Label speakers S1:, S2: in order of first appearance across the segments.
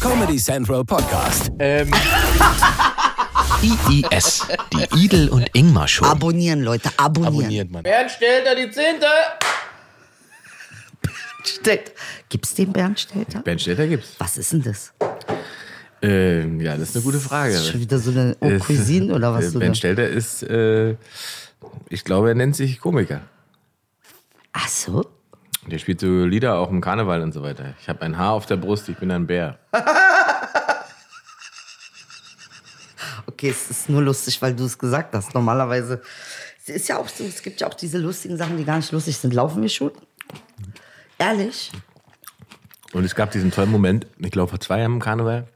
S1: Comedy Central Podcast.
S2: Ähm,
S3: IIS, die Idel und Ingmar Show.
S4: Abonnieren, Leute, abonnieren.
S3: Abonniert man.
S2: Bernd stellt da die Zehnte.
S4: Stellt. Gibt's den Bernstelter?
S5: Ben Stelter gibt's.
S4: Was ist denn das?
S5: Ähm, ja, das ist eine gute Frage.
S4: Ist schon wieder so eine Haute
S5: Es-
S4: Cuisine oder was?
S5: äh,
S4: so
S5: Ben
S4: eine-
S5: Stelter ist, äh, ich glaube, er nennt sich Komiker.
S4: Ach so?
S5: Der spielt so Lieder auch im Karneval und so weiter. Ich habe ein Haar auf der Brust, ich bin ein Bär.
S4: Okay, es ist nur lustig, weil du es gesagt hast. Normalerweise es ist ja auch so, es gibt ja auch diese lustigen Sachen, die gar nicht lustig sind. Laufen wir schon? Ehrlich?
S5: Und es gab diesen tollen Moment, ich glaube vor zwei Jahren im Karneval,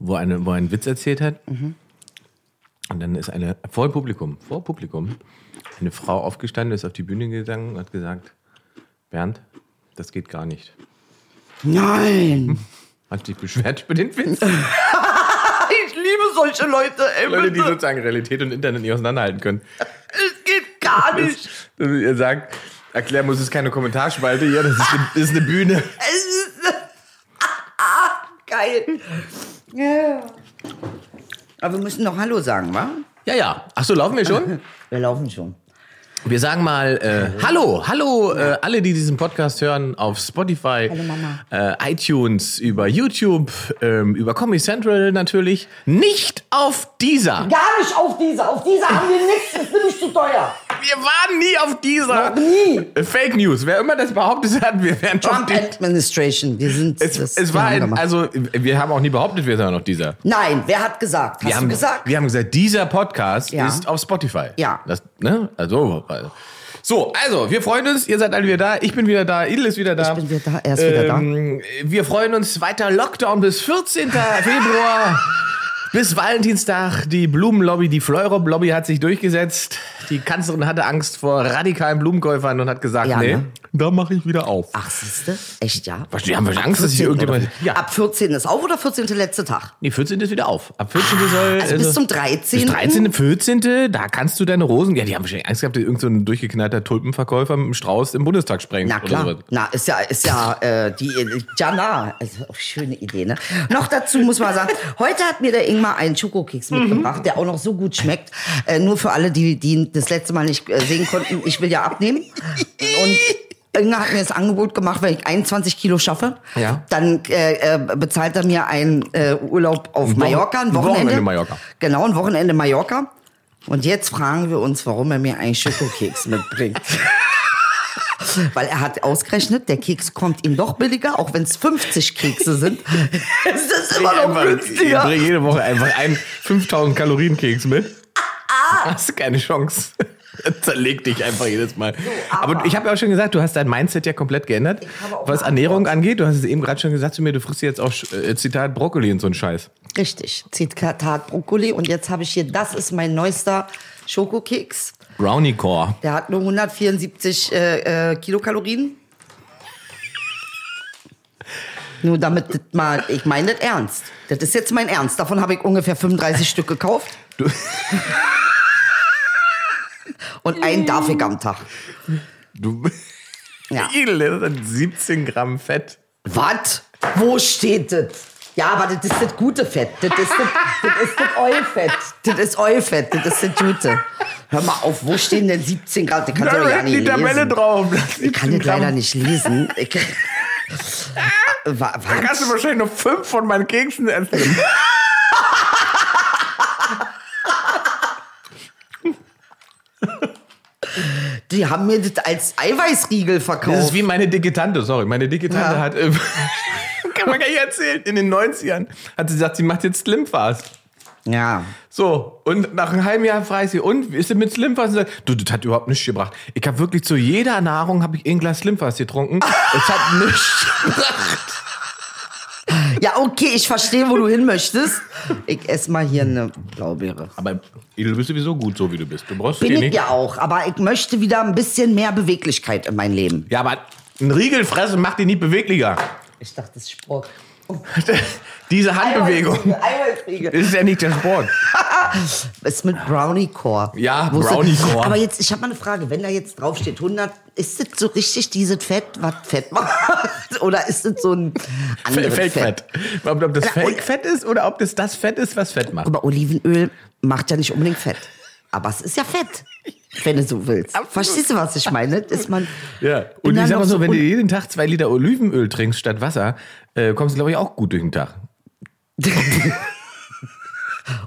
S5: wo, eine, wo er einen Witz erzählt hat. Und dann ist eine, vor Publikum, vor Publikum, eine Frau aufgestanden, ist auf die Bühne gegangen und hat gesagt, Bernd, das geht gar nicht.
S4: Nein!
S5: Hat sich beschwert über den Witz.
S4: Ich liebe solche Leute, ey,
S5: Leute, die
S4: bitte.
S5: sozusagen Realität und Internet nicht auseinanderhalten können.
S4: Es geht gar nicht.
S5: Dass ihr sagt, erklären muss, es ist keine Kommentarspalte hier, das ist eine, das ist eine Bühne.
S4: Es ist. Ah, geil. Ja. Aber wir müssen noch Hallo sagen, wa?
S5: Ja, ja. Ach so, laufen wir schon?
S4: Wir laufen schon.
S5: Wir sagen mal äh, Hallo, hallo äh, alle, die diesen Podcast hören auf Spotify,
S4: Hallo, Mama.
S5: Äh, iTunes, über YouTube, ähm, über Comedy Central natürlich, nicht auf dieser.
S4: Gar nicht auf diese. Auf diese haben wir nichts. Das ist nämlich zu teuer.
S5: Wir waren nie auf dieser.
S4: nie.
S5: Äh, Fake News. Wer immer das behauptet hat, wir wären schon auf
S4: Trump
S5: die.
S4: Administration. Wir sind. das-
S5: Es, es
S4: wir
S5: war
S4: haben
S5: ein,
S4: gemacht.
S5: also wir haben auch nie behauptet, wir wären auf dieser.
S4: Nein, wer hat gesagt? Hast
S5: wir haben
S4: du gesagt?
S5: Wir haben gesagt, dieser Podcast
S4: Ja.
S5: ist auf Spotify.
S4: Ja.
S5: Das, ne? Also. also. So, also, wir freuen uns, ihr seid alle wieder da, ich bin wieder da, Idel ist wieder da.
S4: Ich bin wieder da, er ist wieder da.
S5: ähm, Wir freuen uns weiter Lockdown bis 14. Februar. Bis Valentinstag, die Blumenlobby, die Fleurop-Lobby hat sich durchgesetzt. Die Kanzlerin hatte Angst vor radikalen Blumenkäufern und hat gesagt,
S4: Ja,
S5: nee,
S4: ne?
S5: da mache ich wieder auf.
S4: Ach, siehste? Echt, ja?
S5: Was, die haben wahrscheinlich Angst, dass ich
S4: 14.
S5: irgendjemand-
S4: oder-
S5: Ja.
S4: Ab 14. ist auf oder 14. letzte Tag?
S5: Nee, 14. ist wieder auf. Ab 14. soll.
S4: Also bis zum 13.
S5: Bis 13., 14., da kannst du deine Rosen. Ja, die haben wahrscheinlich Angst gehabt, dass irgend so ein durchgeknallter Tulpenverkäufer mit einem Strauß im Bundestag sprengt.
S4: Na
S5: oder
S4: klar.
S5: sowas.
S4: Na, ist ja, ist ja, äh, die, ja, na, also, auch schöne Idee, ne? Noch dazu muss man sagen, heute hat mir der Ingmar einen Schokokeks mitgebracht, der auch noch so gut schmeckt. Äh, nur für alle, die, die das letzte Mal nicht äh, sehen konnten, ich will ja abnehmen. Und Ingmar hat mir das Angebot gemacht, wenn ich 21 Kilo schaffe,
S5: Ja.
S4: dann äh, äh, bezahlt er mir einen äh, Urlaub auf
S5: Wochen-
S4: Mallorca, ein
S5: ein
S4: Wochenende.
S5: Wochenende Mallorca.
S4: Genau, ein Wochenende Mallorca. Und jetzt fragen wir uns, warum er mir einen Schokokeks mitbringt. Weil er hat ausgerechnet, der Keks kommt ihm doch billiger, auch wenn es 50 Kekse sind. es ist immer noch
S5: Einfach- Ich
S4: günstiger.
S5: bringe jede Woche einfach einen 5000 Kalorien Keks mit.
S4: Ah,
S5: Hast du keine Chance. Zerleg dich einfach jedes Mal. aber, ich habe ja auch schon gesagt, du hast dein Mindset ja komplett geändert.
S4: habe auch
S5: Was
S4: eine
S5: Ernährung angeht, du hast es eben gerade schon gesagt zu mir, du frisst jetzt auch äh, Zitat Brokkoli und so einen Scheiß.
S4: Richtig, Zitat Brokkoli. Und jetzt habe ich hier, das ist mein neuester Schokokeks.
S5: Brownie Core.
S4: Der hat nur 174 äh, äh, Kilokalorien. Nur damit das mal, ich meine das ernst. Das ist jetzt mein Ernst. Davon habe ich ungefähr 35 Stück gekauft.
S5: Du-
S4: Und einen darf ich am Tag.
S5: Du
S4: Ja.
S5: Igel, das hat 17 Gramm Fett.
S4: Was? Wo steht das? Ja, aber das ist das gute Fett. Das ist das, das, ist das Eulfett. Das ist Eulfett. Das ist das gute. Hör mal auf, wo stehen denn 17 Grad? Das kannst du doch ja nicht
S5: halt die Tabelle
S4: lesen.
S5: drauf.
S4: Ich kann das leider nicht lesen. Ich, Wa-
S5: Da kannst du
S4: was?
S5: wahrscheinlich nur fünf von meinen Keksen essen.
S4: Oh. Die haben mir das als Eiweißriegel verkauft.
S5: Das ist wie meine dicke Tante, sorry. Meine dicke Tante
S4: Ja.
S5: hat, äh, kann man gar nicht erzählen, in den 90ern hat sie gesagt, sie macht jetzt Slimfast.
S4: ja.
S5: So, und nach einem halben Jahr frage ich sie, und, wie ist denn mit Slimfast? Und sie sagt, du, das hat überhaupt nichts gebracht. Ich habe wirklich zu jeder Nahrung habe ich ein Glas Slimfast getrunken. es hat nichts gebracht.
S4: ja, okay, ich verstehe, wo du hin möchtest. Ich esse mal hier eine Blaubeere.
S5: Aber du bist sowieso gut, so wie du bist. Du brauchst
S4: Bin
S5: eh
S4: ich ja auch, aber ich möchte wieder ein bisschen mehr Beweglichkeit in mein Leben.
S5: Ja, aber ein Riegel fressen macht dich nicht beweglicher.
S4: Ich dachte, das ist Sport. Oh.
S5: Diese Handbewegung
S4: Eiweißriegel.
S5: ist ja nicht der Sport.
S4: Ist mit Brownie Core.
S5: Ja,
S4: Wo ist das-
S5: Brownie Core.
S4: Aber jetzt, ich habe mal eine Frage. Wenn da jetzt draufsteht 100, ist das so richtig dieses Fett, was Fett macht? Oder ist das so ein anderes Fett?
S5: Fake-Fett. Ob, ob das
S4: Na, und-
S5: Fake-Fett ist oder ob das das Fett ist, was Fett macht.
S4: Guck mal, Olivenöl macht ja nicht unbedingt Fett. Aber es ist ja Fett. Wenn du so willst. Verstehst du, was ich meine? Das Ist man
S5: Ja, und ich
S4: dann
S5: sag mal
S4: noch
S5: so, wenn
S4: un-
S5: du jeden Tag zwei Liter Olivenöl trinkst statt Wasser, äh, kommst du, glaube ich, auch gut durch den Tag.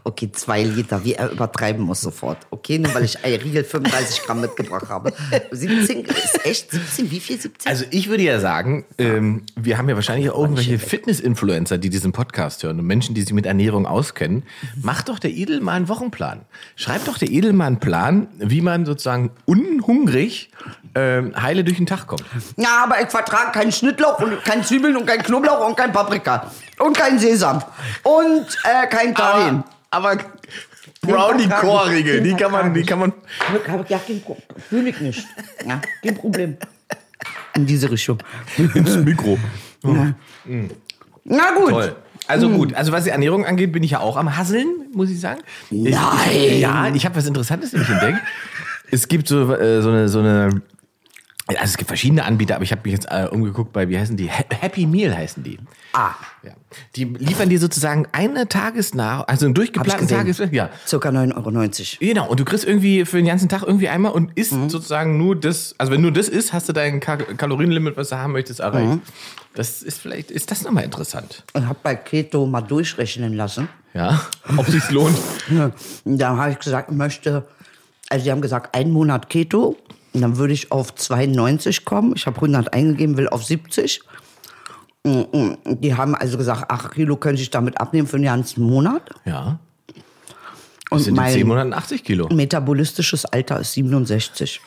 S4: Okay, zwei Liter, wie er übertreiben muss sofort. Okay, nur weil ich Eiriegel 35 Gramm mitgebracht habe. 17 ist echt 17, wie viel 17?
S5: Also ich würde ja sagen, ähm, wir haben ja wahrscheinlich auch irgendwelche Fitness-Influencer, die diesen Podcast hören und Menschen, die sich mit Ernährung auskennen. Macht doch der Edel mal einen Wochenplan. Schreibt doch der Edel mal einen Plan, wie man sozusagen unhungrig ähm, heile durch den Tag kommt.
S4: Ja, aber ich vertrage keinen Schnittlauch und kein Zwiebeln und kein Knoblauch und kein Paprika und kein Sesam und äh, kein Tahin.
S5: aber
S4: Den vertrag ich,
S5: Brownie-Core-Regel,
S4: den
S5: die kann man, die kann man.
S4: Ich habe ja kein Problem. Fühle ich nicht. Ja, kein Problem. In diese Richtung.
S5: Ins Mikro.
S4: Na gut.
S5: Toll.
S4: Mm.
S5: Also gut, also was die Ernährung angeht, bin ich ja auch am Hasseln, muss ich sagen. Ich-
S4: Nein.
S5: Ich, ja, ich habe was Interessantes nämlich entdeckt. Es gibt so, äh, so eine, so eine, also es gibt verschiedene Anbieter, aber ich habe mich jetzt äh, umgeguckt bei, wie heißen die? Ha- Happy Meal heißen die.
S4: Ah,
S5: Ja. Die liefern dir sozusagen eine Tagesnahrung, also einen durchgeplanten
S4: gesehen.
S5: Tages... Ja.
S4: circa 9,90 Euro.
S5: Genau, und du kriegst irgendwie für den ganzen Tag irgendwie einmal und isst
S4: Mhm.
S5: sozusagen nur das, also wenn nur das isst, hast du dein Ka Kalorienlimit, was du haben möchtest, erreicht.
S4: Mhm.
S5: Das ist vielleicht, ist das nochmal interessant.
S4: Ich habe bei Keto mal durchrechnen lassen.
S5: Ja, ob sich's lohnt.
S4: Und dann habe ich gesagt, ich möchte, also die haben gesagt, einen Monat Keto. Und dann würde ich auf 92 kommen. Ich habe 100 eingegeben, will auf 70. Und Die haben also gesagt, ach Kilo könnte ich damit abnehmen für den ganzen Monat.
S5: Ja. Das
S4: Und
S5: sind in 10
S4: mein
S5: Monaten 80 Kilo.
S4: metabolistisches Alter ist 67.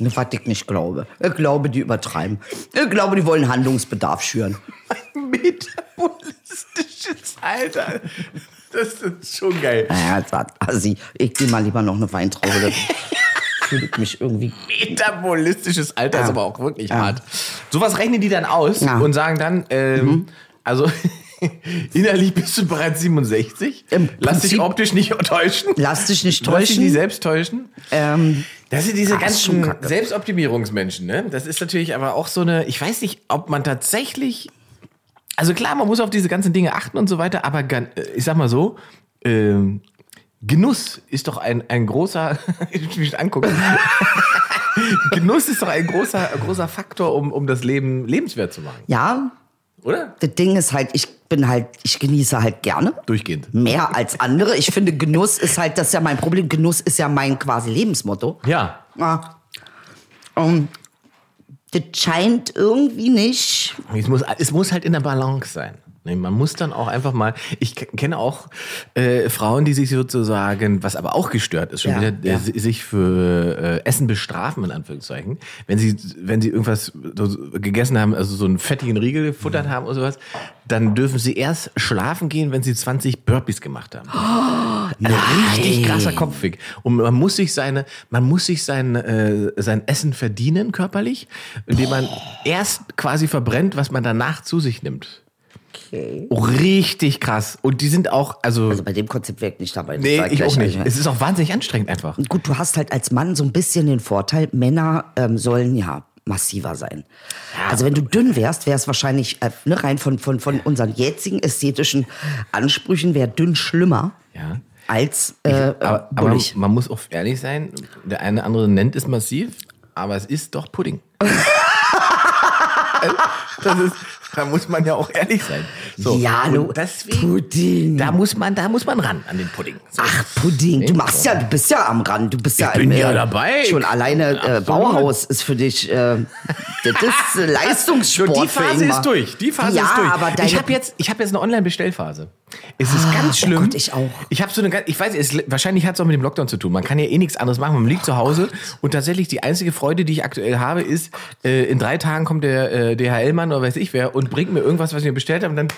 S4: Ne, Was ich nicht glaube. Ich glaube, die übertreiben. Ich glaube, die wollen Handlungsbedarf schüren.
S5: Metabolistisches Alter. Das ist schon geil.
S4: Naja, das war assi. Ich gehe mal lieber noch eine Weintraube. Das fühlt mich irgendwie
S5: Metabolistisches Alter ist aber auch wirklich hart. Sowas rechnen die dann aus
S4: Ja. Mhm.
S5: und sagen dann, ähm, also innerlich bist du bereits 67.
S4: Im
S5: Lass dich
S4: Prinzip-
S5: optisch nicht täuschen.
S4: Lass dich nicht
S5: Lass dich
S4: täuschen.
S5: nicht selbst täuschen.
S4: Ähm,
S5: Das sind diese
S4: Ah, ist schon
S5: ganzen
S4: kacke.
S5: Selbstoptimierungsmenschen, ne? Das ist natürlich aber auch so eine, ich weiß nicht, ob man tatsächlich, also klar, man muss auf diese ganzen Dinge achten und so weiter, aber gan- äh, ich sag mal so, ähm, Genuss ist doch ein, ein großer, ich mich angucken. Genuss ist doch ein großer, großer Faktor, um, um das Leben lebenswert zu machen,
S4: ja,
S5: oder?
S4: das Ding ist halt, ich bin halt, ich genieße halt gerne.
S5: Durchgehend.
S4: Mehr als andere. Ich finde, Genuss ist halt, das ist ja mein Problem. Genuss ist ja mein quasi Lebensmotto.
S5: Ja.
S4: Ja. Ähm, das scheint irgendwie nicht.
S5: Es muss, es muss halt in der Balance sein. Nee, Man muss dann auch einfach mal, ich k- kenne auch äh, Frauen, die sich sozusagen, was aber auch gestört ist, schon
S4: Ja,
S5: wieder, äh,
S4: ja.
S5: si- sich für äh, Essen bestrafen, in Anführungszeichen, wenn sie, wenn sie irgendwas so- so gegessen haben, also so einen fettigen Riegel
S4: Mhm.
S5: gefuttert haben oder sowas, dann dürfen sie erst schlafen gehen, wenn sie 20 Burpees gemacht haben. Ein richtig krasser Kopfweg. Und man muss sich seine, man muss sich sein, äh, sein Essen verdienen körperlich, indem man erst quasi verbrennt, was man danach zu sich nimmt.
S4: Okay.
S5: Oh, richtig krass. Und die sind auch, also,
S4: Also bei dem Konzept wäre ich nicht dabei. Das
S5: nee,
S4: war
S5: ich
S4: gleich-
S5: auch nicht.
S4: also-
S5: Es ist auch wahnsinnig anstrengend einfach.
S4: Gut, du hast halt als Mann so ein bisschen den Vorteil, Männer ähm, sollen ja massiver sein. Also wenn du dünn wärst, wäre es wahrscheinlich, äh, ne, rein von, von, von unseren jetzigen ästhetischen Ansprüchen, wäre dünn schlimmer
S5: Ja.
S4: als äh,
S5: Aber, aber
S4: bullig.
S5: man muss auch ehrlich sein, der eine andere nennt es massiv, aber es ist doch Pudding. das ist, da muss man ja auch ehrlich sein. So,
S4: ja,
S5: und
S4: du,
S5: deswegen,
S4: Pudding.
S5: da muss man, da muss man ran an den Pudding. So.
S4: Hm. Ach, Pudding, du machst ja, du bist ja am Rand, du bist ja,
S5: bin
S4: im,
S5: ja
S4: äh,
S5: dabei.
S4: Schon alleine äh,
S5: Absolut.
S4: Bauhaus ist für dich, äh, das ist äh, Leistungssport.
S5: Die
S4: für
S5: Phase
S4: Ingmar.
S5: ist durch. Die Phase
S4: ja,
S5: ist durch.
S4: aber deine, Ah, oh
S5: ich habe jetzt, ich hab jetzt eine Online-Bestellphase. Es ist ganz schlimm.
S4: Gott, ich auch.
S5: Ich habe so eine, ganz- ich weiß, es, wahrscheinlich hat es auch mit dem Lockdown zu tun. Man kann ja eh nichts anderes machen. Man liegt zu Hause und tatsächlich die einzige Freude, die ich aktuell habe, ist, äh, in drei Tagen kommt der äh, DHL-Mann oder weiß ich wer und bringt mir irgendwas, was ich mir bestellt habe und dann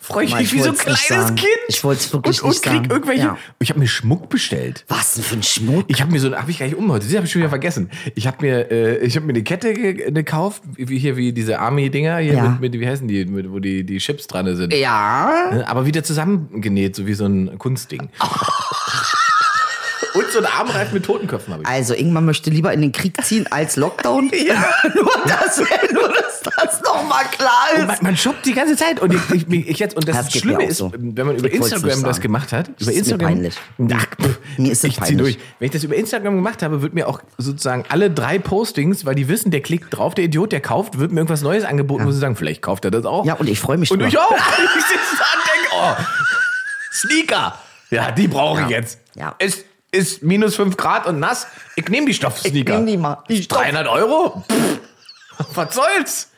S5: freue ich
S4: Mann,
S5: mich wie so ein
S4: wollt's nicht
S5: kleines
S4: sagen.
S5: Kind.
S4: Ich wollte es wirklich
S5: und, und
S4: nicht
S5: krieg
S4: sagen.
S5: irgendwelche.
S4: Ja.
S5: Ich habe mir Schmuck bestellt.
S4: Was denn für ein Schmuck?
S5: Ich habe mir so ein, habe ich gar nicht um heute, das habe ich schon wieder vergessen. Ich habe mir, äh, ich habe mir eine Kette ge- gekauft, wie hier wie diese Army-Dinger hier
S4: Ja.
S5: mit, mit, wie heißen die, mit, wo die die Chips dran sind.
S4: Ja.
S5: Ne? Aber wieder zusammengenäht, so wie so ein Kunstding. Und so ein Armreif mit Totenköpfen habe ich.
S4: Also, Ingmar möchte lieber in den Krieg ziehen als Lockdown. ja. nur, dass, nur, dass das nochmal klar ist.
S5: Man, man shoppt die ganze Zeit und ich, ich, ich jetzt und das,
S4: Das geht
S5: Schlimme
S4: mir auch
S5: ist,
S4: so.
S5: wenn man über
S4: Ich wollt's
S5: Instagram
S4: nicht
S5: das
S4: sagen.
S5: gemacht hat, über
S4: mir
S5: Instagram,
S4: peinlich.
S5: Ach, pff,
S4: Mir ist es
S5: ich zieh
S4: peinlich.
S5: durch. Wenn ich das über Instagram gemacht habe, wird mir auch sozusagen alle drei Postings, weil die wissen, der klickt drauf, der Idiot, der kauft, wird mir irgendwas Neues angeboten, wo sie sagen, vielleicht kauft er das auch.
S4: Ja, und ich freu mich
S5: Und
S4: drüber.
S5: ich auch. ich sitze da und denke, oh, Sneaker, ja, die brauche ich
S4: Ja.
S5: jetzt.
S4: Ja.
S5: Ist ist minus 5 Grad und nass. Ich nehme die Stoffsneaker.
S4: Ich nehm die mal. Die Stoff-
S5: 300 Euro? Pff, was soll's?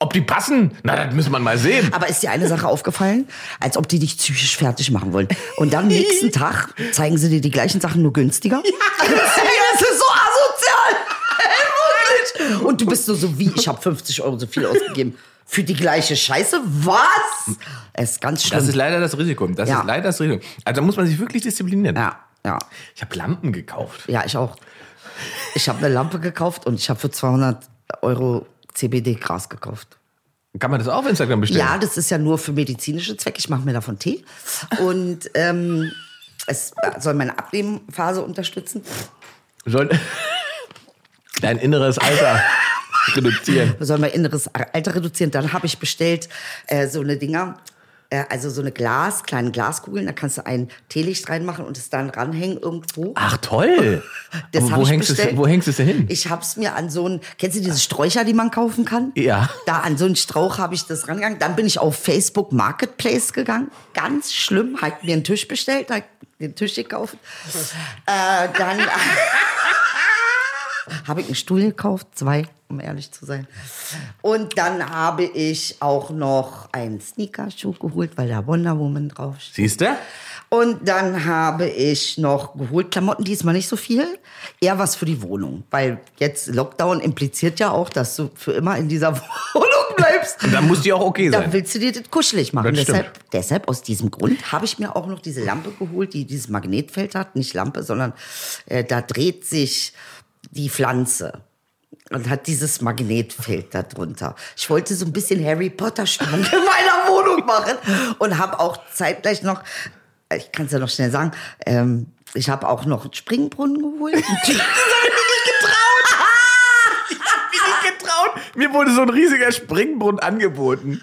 S5: Ob die passen? Na, das müssen wir mal sehen.
S4: Aber ist dir eine Sache aufgefallen? Als ob die dich psychisch fertig machen wollen. Und dann nächsten Tag zeigen sie dir die gleichen Sachen nur günstiger? Also, ey, das ist so asozial! Ey, wirklich! Und du bist so, so wie, ich habe 50 Euro so viel ausgegeben. Für die gleiche Scheiße? Was? Es ist ganz schlimm.
S5: Das ist leider das Risiko. Das
S4: Ja.
S5: ist leider das Risiko. Also da muss man sich wirklich disziplinieren.
S4: ja, ja.
S5: Ich habe Lampen gekauft.
S4: Ja, ich auch. Ich habe eine Lampe gekauft und ich habe für 200 Euro CBD-Gras gekauft.
S5: Kann man das auch auf Instagram bestellen?
S4: Ja, das ist ja nur für medizinische Zwecke. Ich mache mir davon Tee. Und ähm, es soll meine Abnehmphase unterstützen.
S5: Soll dein inneres Alter reduzieren.
S4: Soll mein inneres Alter reduzieren. Dann habe ich bestellt äh, so eine Dinger, äh, also so eine Glas, kleine Glaskugeln. Da kannst du ein Teelicht reinmachen und es dann ranhängen irgendwo.
S5: Ach toll.
S4: Das
S5: Aber
S4: hab
S5: wo,
S4: ich
S5: hängst du es,
S4: bestellt.
S5: wo hängst du es denn hin?
S4: Ich hab's mir an so einen, kennst du diese Sträucher, die man kaufen kann?
S5: Ja.
S4: Da an so einen Strauch habe ich das rangegangen. Dann bin ich auf Facebook Marketplace gegangen. Ganz schlimm, hab mir einen Tisch bestellt, hab den Tisch gekauft. Äh, dann habe ich einen Stuhl gekauft, zwei, um ehrlich zu sein. Und dann habe ich auch noch einen Sneakerschuh geholt, weil da Wonder Woman draufsteht.
S5: Siehst du?
S4: Und dann habe ich noch geholt Klamotten, diesmal nicht so viel. Eher was für die Wohnung. Weil jetzt Lockdown impliziert ja auch, dass du für immer in dieser Wohnung bleibst.
S5: Und dann muss die auch okay
S4: Da
S5: sein.
S4: willst du dir das kuschelig machen.
S5: Das stimmt.
S4: Deshalb, deshalb, aus diesem Grund, habe ich mir auch noch diese Lampe geholt, die dieses Magnetfeld hat. Nicht Lampe, sondern äh, da dreht sich die Pflanze. Und hat dieses Magnetfeld da drunter. Ich wollte so ein bisschen Harry Potter-Stimmung in meiner Wohnung machen. Und habe auch zeitgleich noch, ich kann es ja noch schnell sagen, ähm, ich habe auch noch einen Springbrunnen geholt.
S5: Ich bin nicht getraut. Mir wurde so ein riesiger Springbrunnen angeboten.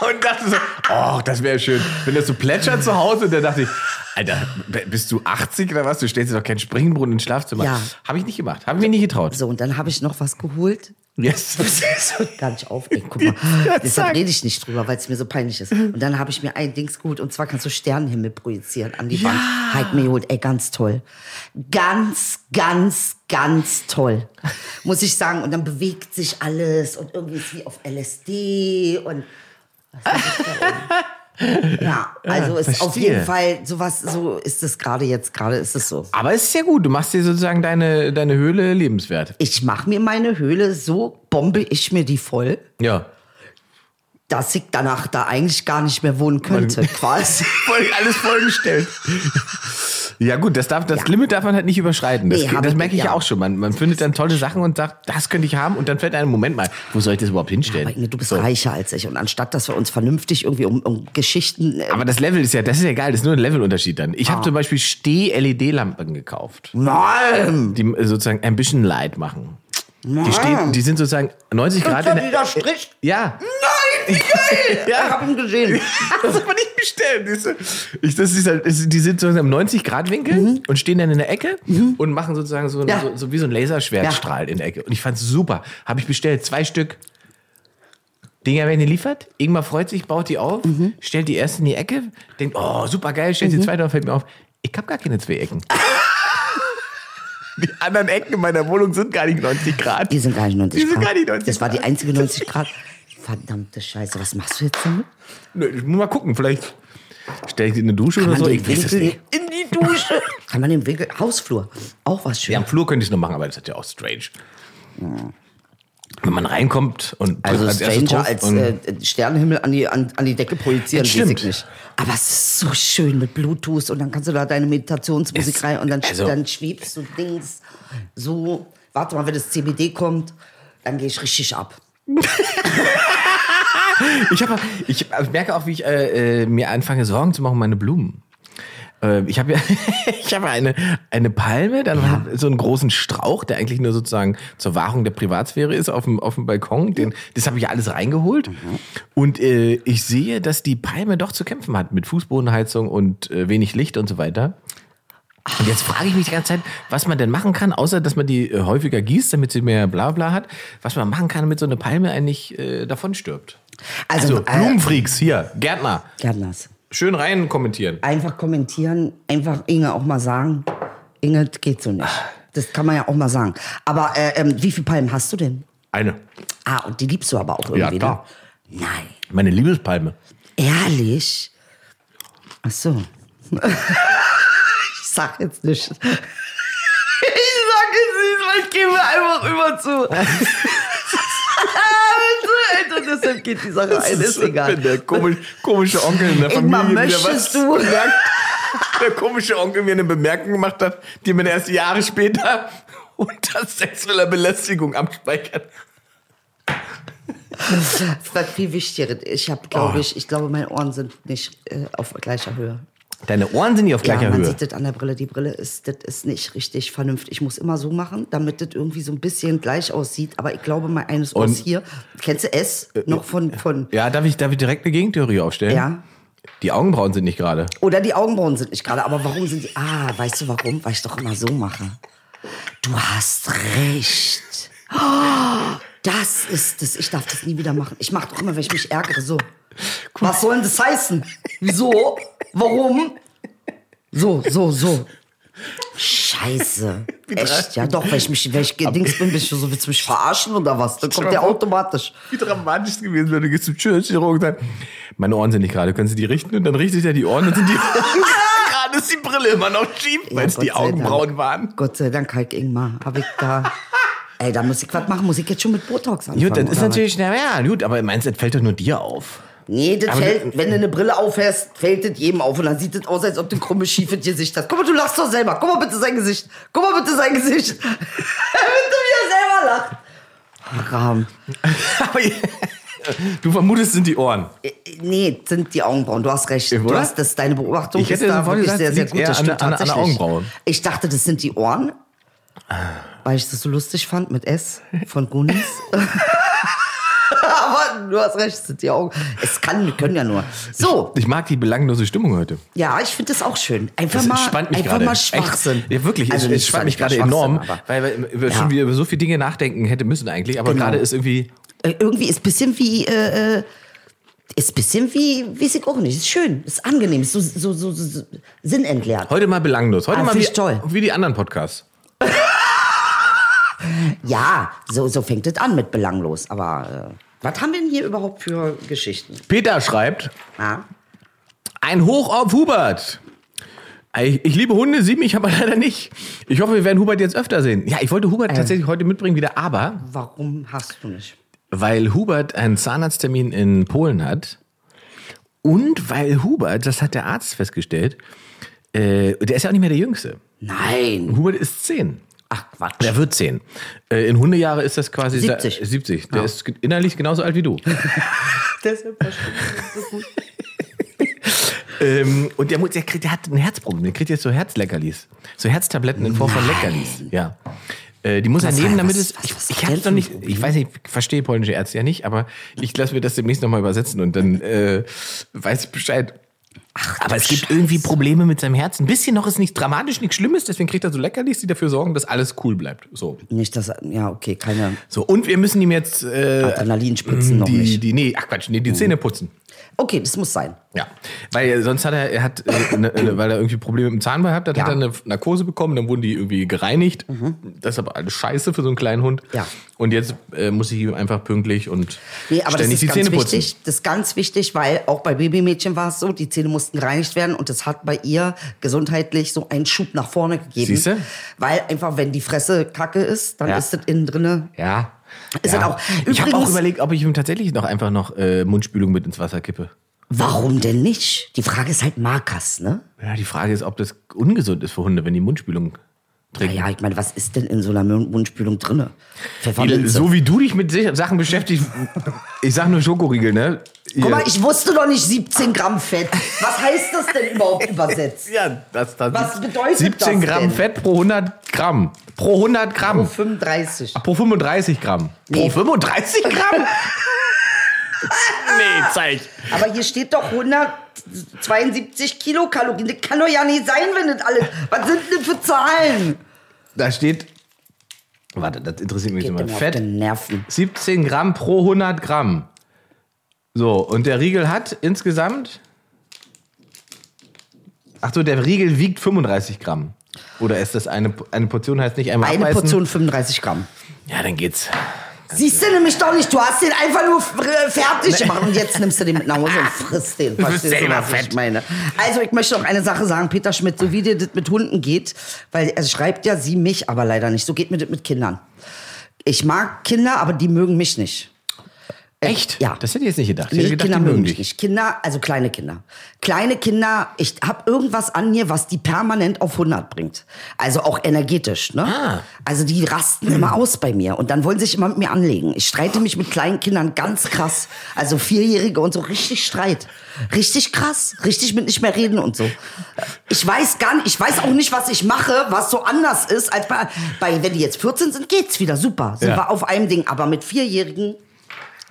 S5: Und dachte so, oh, das wäre schön. Wenn das so plätschert zu Hause, und dann dachte ich, Alter, b- bist du 80 oder was? Du stellst dir doch keinen Springbrunnen ins Schlafzimmer.
S4: Ja.
S5: Habe ich nicht gemacht. Habe ich mir nicht getraut.
S4: so, und dann habe ich noch was geholt.
S5: Yes.
S4: gar nicht auf. Ey, guck mal, deshalb rede ich nicht drüber, weil es mir so peinlich ist. Und dann habe ich mir ein Dings geholt und zwar kannst du Sternenhimmel projizieren an die Wand. Halt mir geholt, ey, ganz toll. Ganz, ganz, ganz toll. Muss ich sagen. Und dann bewegt sich alles und irgendwie ist wie auf LSD und. Was ist das da oben? ja, also ist auf
S5: verstehe.
S4: jeden Fall sowas, so ist es gerade jetzt, gerade ist es so.
S5: Aber es ist ja gut. Du machst dir sozusagen deine, deine Höhle lebenswert.
S4: Ich mache mir meine Höhle, so bombe ich mir die voll.
S5: Ja.
S4: dass ich danach da eigentlich gar nicht mehr wohnen könnte, quasi.
S5: Voll, alles vollgestellt. Ja gut, das, darf, das Limit darf man halt nicht überschreiten. Das,
S4: Nee, hab
S5: das
S4: ich
S5: merke ich
S4: nicht,
S5: ja
S4: ja.
S5: auch schon. Man, man findet dann tolle Sachen und sagt, das könnte ich haben. Und dann fällt einem, Moment mal, wo soll ich das überhaupt hinstellen?
S4: Aber Inge, du bist
S5: So.
S4: reicher als ich. Und anstatt, dass wir uns vernünftig irgendwie um, um Geschichten. Äh,
S5: Aber das Level ist ja, das ist ja geil, das ist nur ein Levelunterschied dann. Ich habe zum Beispiel Steh-LED-Lampen gekauft,
S4: Nein!
S5: die äh, sozusagen ein bisschen Light machen. Die, stehen, die sind sozusagen 90 Grad in
S4: Gerade
S5: der,
S4: wieder Strich.
S5: Ja.
S4: Nein, wie geil!
S5: Ja.
S4: Ich hab ihn gesehen.
S5: Das aber nicht bestellen. siehst du? Ich, das ist halt, es- die sind sozusagen im 90-Grad-Winkel und stehen dann in der Ecke und machen sozusagen so,
S4: Mhm. Ja.
S5: so, so wie so ein Laserschwertstrahl in der Ecke. Und ich fand's super. Habe ich bestellt. Zwei Stück. Dinger werden geliefert. Ingmar freut sich, baut die auf,
S4: Mhm.
S5: stellt die erste in die Ecke, denkt, oh, super geil, stellt die zweite auf, fällt mir auf. Ich habe gar keine zwei Ecken. die anderen Ecken in meiner Wohnung sind gar nicht 90 Grad.
S4: Die sind gar nicht 90
S5: Die sind
S4: Grad.
S5: gar nicht 90
S4: das war die
S5: Grad.
S4: einzige 90 Grad. Verdammte Scheiße, was machst du jetzt damit?
S5: Nö, Ich muss mal gucken, vielleicht stelle ich die in eine Dusche oder
S4: man
S5: so.
S4: den
S5: Ich weiß es
S4: Winkel-
S5: nicht.
S4: In die Dusche. Kann man den Winkel. Hausflur. Auch was
S5: Ja,
S4: schön.
S5: am Flur könnte ich es noch machen, aber das ist ja auch strange. wenn man reinkommt und
S4: Also
S5: drückt erstes
S4: Stranger
S5: drauf
S4: als
S5: und-
S4: äh, Sternenhimmel an die, an, an die Decke projizieren,
S5: Das stimmt.
S4: weiß ich nicht. Aber es ist so schön mit Bluetooth und dann kannst du da deine Meditationsmusik
S5: Es-
S4: rein und dann, sch-
S5: also-
S4: dann schwebst du Dings so. Warte mal, wenn das CBD kommt, dann gehe ich richtig ab.
S5: Ich, hab, ich merke auch, wie ich äh, äh, mir anfange, Sorgen zu machen um meine Blumen. Äh, Ich habe ja, ich habe eine, eine Palme, dann hab so einen großen Strauch, der eigentlich nur sozusagen zur Wahrung der Privatsphäre ist, auf dem, auf dem Balkon. Den, das habe ich alles reingeholt. Und äh, ich sehe, dass die Palme doch zu kämpfen hat mit Fußbodenheizung und äh, wenig Licht und so weiter. Und jetzt frage ich mich die ganze Zeit, was man denn machen kann, außer dass man die äh, häufiger gießt, damit sie mehr Blabla hat, was man machen kann, damit so eine Palme eigentlich äh, davon stirbt.
S4: Also,
S5: Also, Blumenfreaks hier, Gärtner,
S4: äh, Gärtners.
S5: schön rein kommentieren.
S4: Einfach kommentieren, einfach Inge auch mal sagen, Inge, das geht so nicht. Das kann man ja auch mal sagen. Aber äh, ähm, wie viele Palmen hast du denn?
S5: Eine,
S4: Ah, und die liebst du aber auch irgendwie,
S5: klar.
S4: ne? Nein.
S5: meine Liebespalme.
S4: Ehrlich? Ach so. ich sag jetzt nicht. Ich sag es nicht, weil ich gehe mir einfach immer zu. Ah, Bitte, Alter, deshalb geht die Sache ein, ist egal.
S5: Der komisch, komische Onkel in der
S4: Ingmar,
S5: Familie, der was
S4: möchtest du?
S5: bemerkt, der komische Onkel mir eine Bemerkung gemacht hat, die man erst Jahre später unter sexueller Belästigung abspeichert.
S4: Was viel wichtigeres. Ich habe, glaube ich, ich glaube, meine Ohren sind nicht äh, auf gleicher Höhe.
S5: Deine Ohren sind nicht auf
S4: ja, man sieht das an der Brille. Die Brille ist, das ist nicht richtig vernünftig. Ich muss immer so machen, damit das irgendwie so ein bisschen gleich aussieht. Aber ich glaube, mein eines Ohrs
S5: Und- äh,
S4: hier, kennst du es noch von, von
S5: Ja, darf ich, darf ich direkt eine Gegentheorie aufstellen?
S4: Ja.
S5: Die Augenbrauen sind nicht gerade.
S4: Oder die Augenbrauen sind nicht gerade. Aber warum sind die? Ah, weißt du warum? Weil ich doch immer so mache. Du hast recht. Oh, das ist es. Ich darf das nie wieder machen. Ich mache doch immer, wenn ich mich ärgere, so. Was soll denn das heißen? Wieso? Warum? So, so, so. Scheiße. Echt? Ja, doch, weil ich mich, wenn ich gedings bin, bin ich so, willst du mich verarschen oder was? Dann kommt der automatisch.
S5: Wie dramatisch es gewesen wäre, du gehst zum Chirurgen und sagst, meine Ohren sind nicht gerade, können Sie die richten? Und dann richtet er die Ohren und sind die Ohren gerade, ist die Brille immer noch schief, weil es
S4: Gott
S5: die
S4: sei Dank.
S5: Augenbrauen waren.
S4: Gott sei Dank, Hulk Ingmar, habe ich da. Ey, da muss ich was machen. Muss ich jetzt schon mit Botox anfangen?
S5: Gut, das ist
S4: oder was?
S5: natürlich, naja, gut, aber meinst du, das fällt doch nur dir auf?
S4: Nee, das
S5: Aber
S4: fällt,
S5: das-
S4: wenn du eine Brille aufhörst, fällt das jedem auf. Und dann sieht das aus, als ob du ein krummes, schiefes Gesicht hast. Guck mal, du lachst doch selber. Guck mal bitte sein Gesicht. Guck mal bitte sein Gesicht. Damit du wieder selber lachst. Haram.
S5: Aber du vermutest, es sind die Ohren.
S4: Äh, Nee, das sind die Augenbrauen. Du hast recht. Du
S5: Oder?
S4: hast das, deine Beobachtung
S5: Ich hätte
S4: ist da
S5: sofort
S4: wirklich
S5: gesagt,
S4: sehr, sehr
S5: liegt
S4: gut.
S5: eher
S4: Das
S5: an
S4: stimmt
S5: der- an der
S4: tatsächlich.
S5: Augenbrauen.
S4: Ich dachte, das sind die Ohren, weil ich das so lustig fand mit S von Goonies. Aber du hast recht, es sind die Augen. Es kann, wir können ja nur. So,
S5: Ich mag die belanglose Stimmung heute.
S4: ja, ich finde das auch schön. Einfach
S5: Das
S4: mal,
S5: entspannt mich
S4: einfach
S5: gerade.
S4: mal
S5: Echt.
S4: Schwachsinn.
S5: Ja, wirklich,
S4: Also
S5: es,
S4: nicht-
S5: es spannt mich
S4: war
S5: gerade
S4: nicht
S5: enorm,
S4: Schwachsinn, aber-
S5: weil wir über-
S4: Ja.
S5: schon wieder über so viele Dinge nachdenken hätte müssen eigentlich, aber
S4: Genau.
S5: gerade ist irgendwie,
S4: Äh, irgendwie ist ein bisschen wie, äh, äh, ist ein bisschen wie, weiß ich auch nicht. Ist schön, ist angenehm, ist so, so, so, so, so sinnentleert.
S5: heute mal belanglos. Heute
S4: Ah,
S5: mal
S4: find
S5: wie,
S4: ich toll.
S5: wie die anderen Podcasts.
S4: Ja, so, so fängt es an mit belanglos. Aber äh, was haben wir denn hier überhaupt für Geschichten?
S5: Peter schreibt,
S4: Na?
S5: Ein Hoch auf Hubert. Ich, ich liebe Hunde, sie mich aber leider nicht. Ich hoffe, wir werden Hubert jetzt öfter sehen. Ja, ich wollte Hubert tatsächlich heute mitbringen wieder, aber
S4: Warum hast du nicht?
S5: weil Hubert einen Zahnarzttermin in Polen hat und weil Hubert, das hat der Arzt festgestellt, äh, der ist ja auch nicht mehr der Jüngste.
S4: Nein.
S5: Hubert ist zehn.
S4: Ach Quatsch.
S5: Der wird zehn. Äh, in Hundejahre ist das quasi
S4: 70.
S5: 70. Der ist ge- innerlich genauso alt wie du.
S4: Deshalb verstehe ich das so gut.
S5: Ähm, und der, muss- der, kriegt, der hat ein Herzproblem. Der kriegt jetzt so Herzleckerlis. So Herztabletten in Form von Leckerlis. Ja. Äh, die muss er
S4: Was
S5: nehmen,
S4: war-
S5: damit
S4: was-
S5: es.
S4: was-
S5: Ich,
S4: was
S5: ich
S4: hat der
S5: hab's
S4: für
S5: noch
S4: ein
S5: nicht. Ich weiß nicht, ich verstehe polnische Ärzte ja nicht, aber ich lasse mir das demnächst nochmal übersetzen und dann äh, weiß ich Bescheid. Ach, aber es gibt irgendwie Probleme mit seinem Herz. Ein bisschen noch ist nichts dramatisch, nichts Schlimmes, deswegen kriegt er so Leckerlis, die dafür sorgen, dass alles cool bleibt. So.
S4: Nicht, dass, ja, okay, keine
S5: So. Und wir müssen ihm jetzt äh,
S4: Adrenalinspritzen noch
S5: die,
S4: nicht. Oh.
S5: die. Nee, ach Quatsch, nee, die Zähne putzen.
S4: Okay, das muss sein.
S5: Ja, weil äh, sonst hat er, er hat, äh, ne, ne, weil er irgendwie Probleme mit dem Zahn gehabt hat,
S4: Ja. Mhm.
S5: hat er eine Narkose bekommen, dann wurden die irgendwie gereinigt. Das ist aber alles scheiße für so einen kleinen Hund.
S4: Ja.
S5: Und jetzt äh, muss ich ihm einfach pünktlich und
S4: Nee, aber das
S5: ständig
S4: ist
S5: die
S4: ganz
S5: Zähne putzen.
S4: wichtig. Das ist ganz wichtig, weil auch bei Babymädchen war es so, die Zähne mussten gereinigt werden und das hat bei ihr gesundheitlich so einen Schub nach vorne gegeben.
S5: Siehste?
S4: Weil einfach, wenn die Fresse kacke ist, dann
S5: Ja.
S4: ist das innen drinne
S5: Ja.
S4: Ist das auch.
S5: ich habe auch
S4: Übrigens-
S5: überlegt, ob ich ihm tatsächlich noch einfach noch äh, Mundspülung mit ins Wasser kippe.
S4: Warum denn nicht? Die Frage ist halt Markers, ne?
S5: Ja, die Frage ist, ob das ungesund ist für Hunde, wenn die Mundspülung trinken.
S4: Naja, ich meine, was ist denn in so einer Mund- Mundspülung drinne? Pfefferminze.
S5: so wie du dich mit sich- Sachen beschäftigst, ich sag nur Schokoriegel, ne?
S4: Guck
S5: Hier.
S4: mal, ich wusste doch nicht 17 Gramm Fett. Was heißt das denn überhaupt übersetzt?
S5: ja, das, das
S4: Was bedeutet
S5: 17
S4: das
S5: Gramm
S4: denn?
S5: Fett pro 100 Gramm. Pro 100 Gramm.
S4: 35.
S5: Pro 35 Gramm. Pro
S4: Nee.
S5: 35 Gramm? nee, Zeit.
S4: Aber hier steht doch 172 Kilokalorien. Das kann doch ja nicht sein, wenn das alles. Was sind denn für Zahlen?
S5: Da steht. Warte, das interessiert mich jetzt
S4: Geht mir
S5: mal.
S4: Genau, auf
S5: Fett.
S4: den Nerven.
S5: 17 Gramm pro 100 Gramm. So, und der Riegel hat insgesamt. Ach so, der Riegel wiegt 35 Gramm. Oder ist das eine, eine Portion, heißt nicht einmal
S4: Eine
S5: abbeißen?
S4: Portion 35 Gramm.
S5: Ja, dann geht's.
S4: Siehst du nämlich doch nicht, du hast den einfach nur f- fertig gemacht und jetzt nimmst du den mit nach Hause und frisst den. Verstehst du,
S5: selber
S4: was ich
S5: fett.
S4: meine? Also ich möchte noch eine Sache sagen, Peter Schmidt, so wie dir das mit Hunden geht, weil er schreibt ja sie mich, aber leider nicht. So geht mir das mit Kindern. Ich mag Kinder, aber die mögen mich nicht. Äh,
S5: Echt?
S4: Ja.
S5: Das hätte ich jetzt nicht gedacht. Ich
S4: Nee,
S5: hätte gedacht,
S4: Kinder
S5: die
S4: mögen
S5: mögen
S4: mich
S5: dich.
S4: nicht. Kinder, also kleine Kinder. Kleine Kinder, ich habe irgendwas an mir, was die permanent auf 100 bringt. Also auch energetisch. Ne?
S5: Ah.
S4: Also die rasten immer aus bei mir und dann wollen sie sich immer mit mir anlegen. Ich streite mich mit kleinen Kindern ganz krass. Also Vierjährige und so richtig Streit. Richtig krass. Richtig mit nicht mehr reden und so. Ich weiß gar nicht, ich weiß auch nicht, was ich mache, was so anders ist als bei, bei wenn die jetzt 14 sind, geht's wieder super. Sind
S5: Ja.
S4: wir auf einem Ding. Aber mit Vierjährigen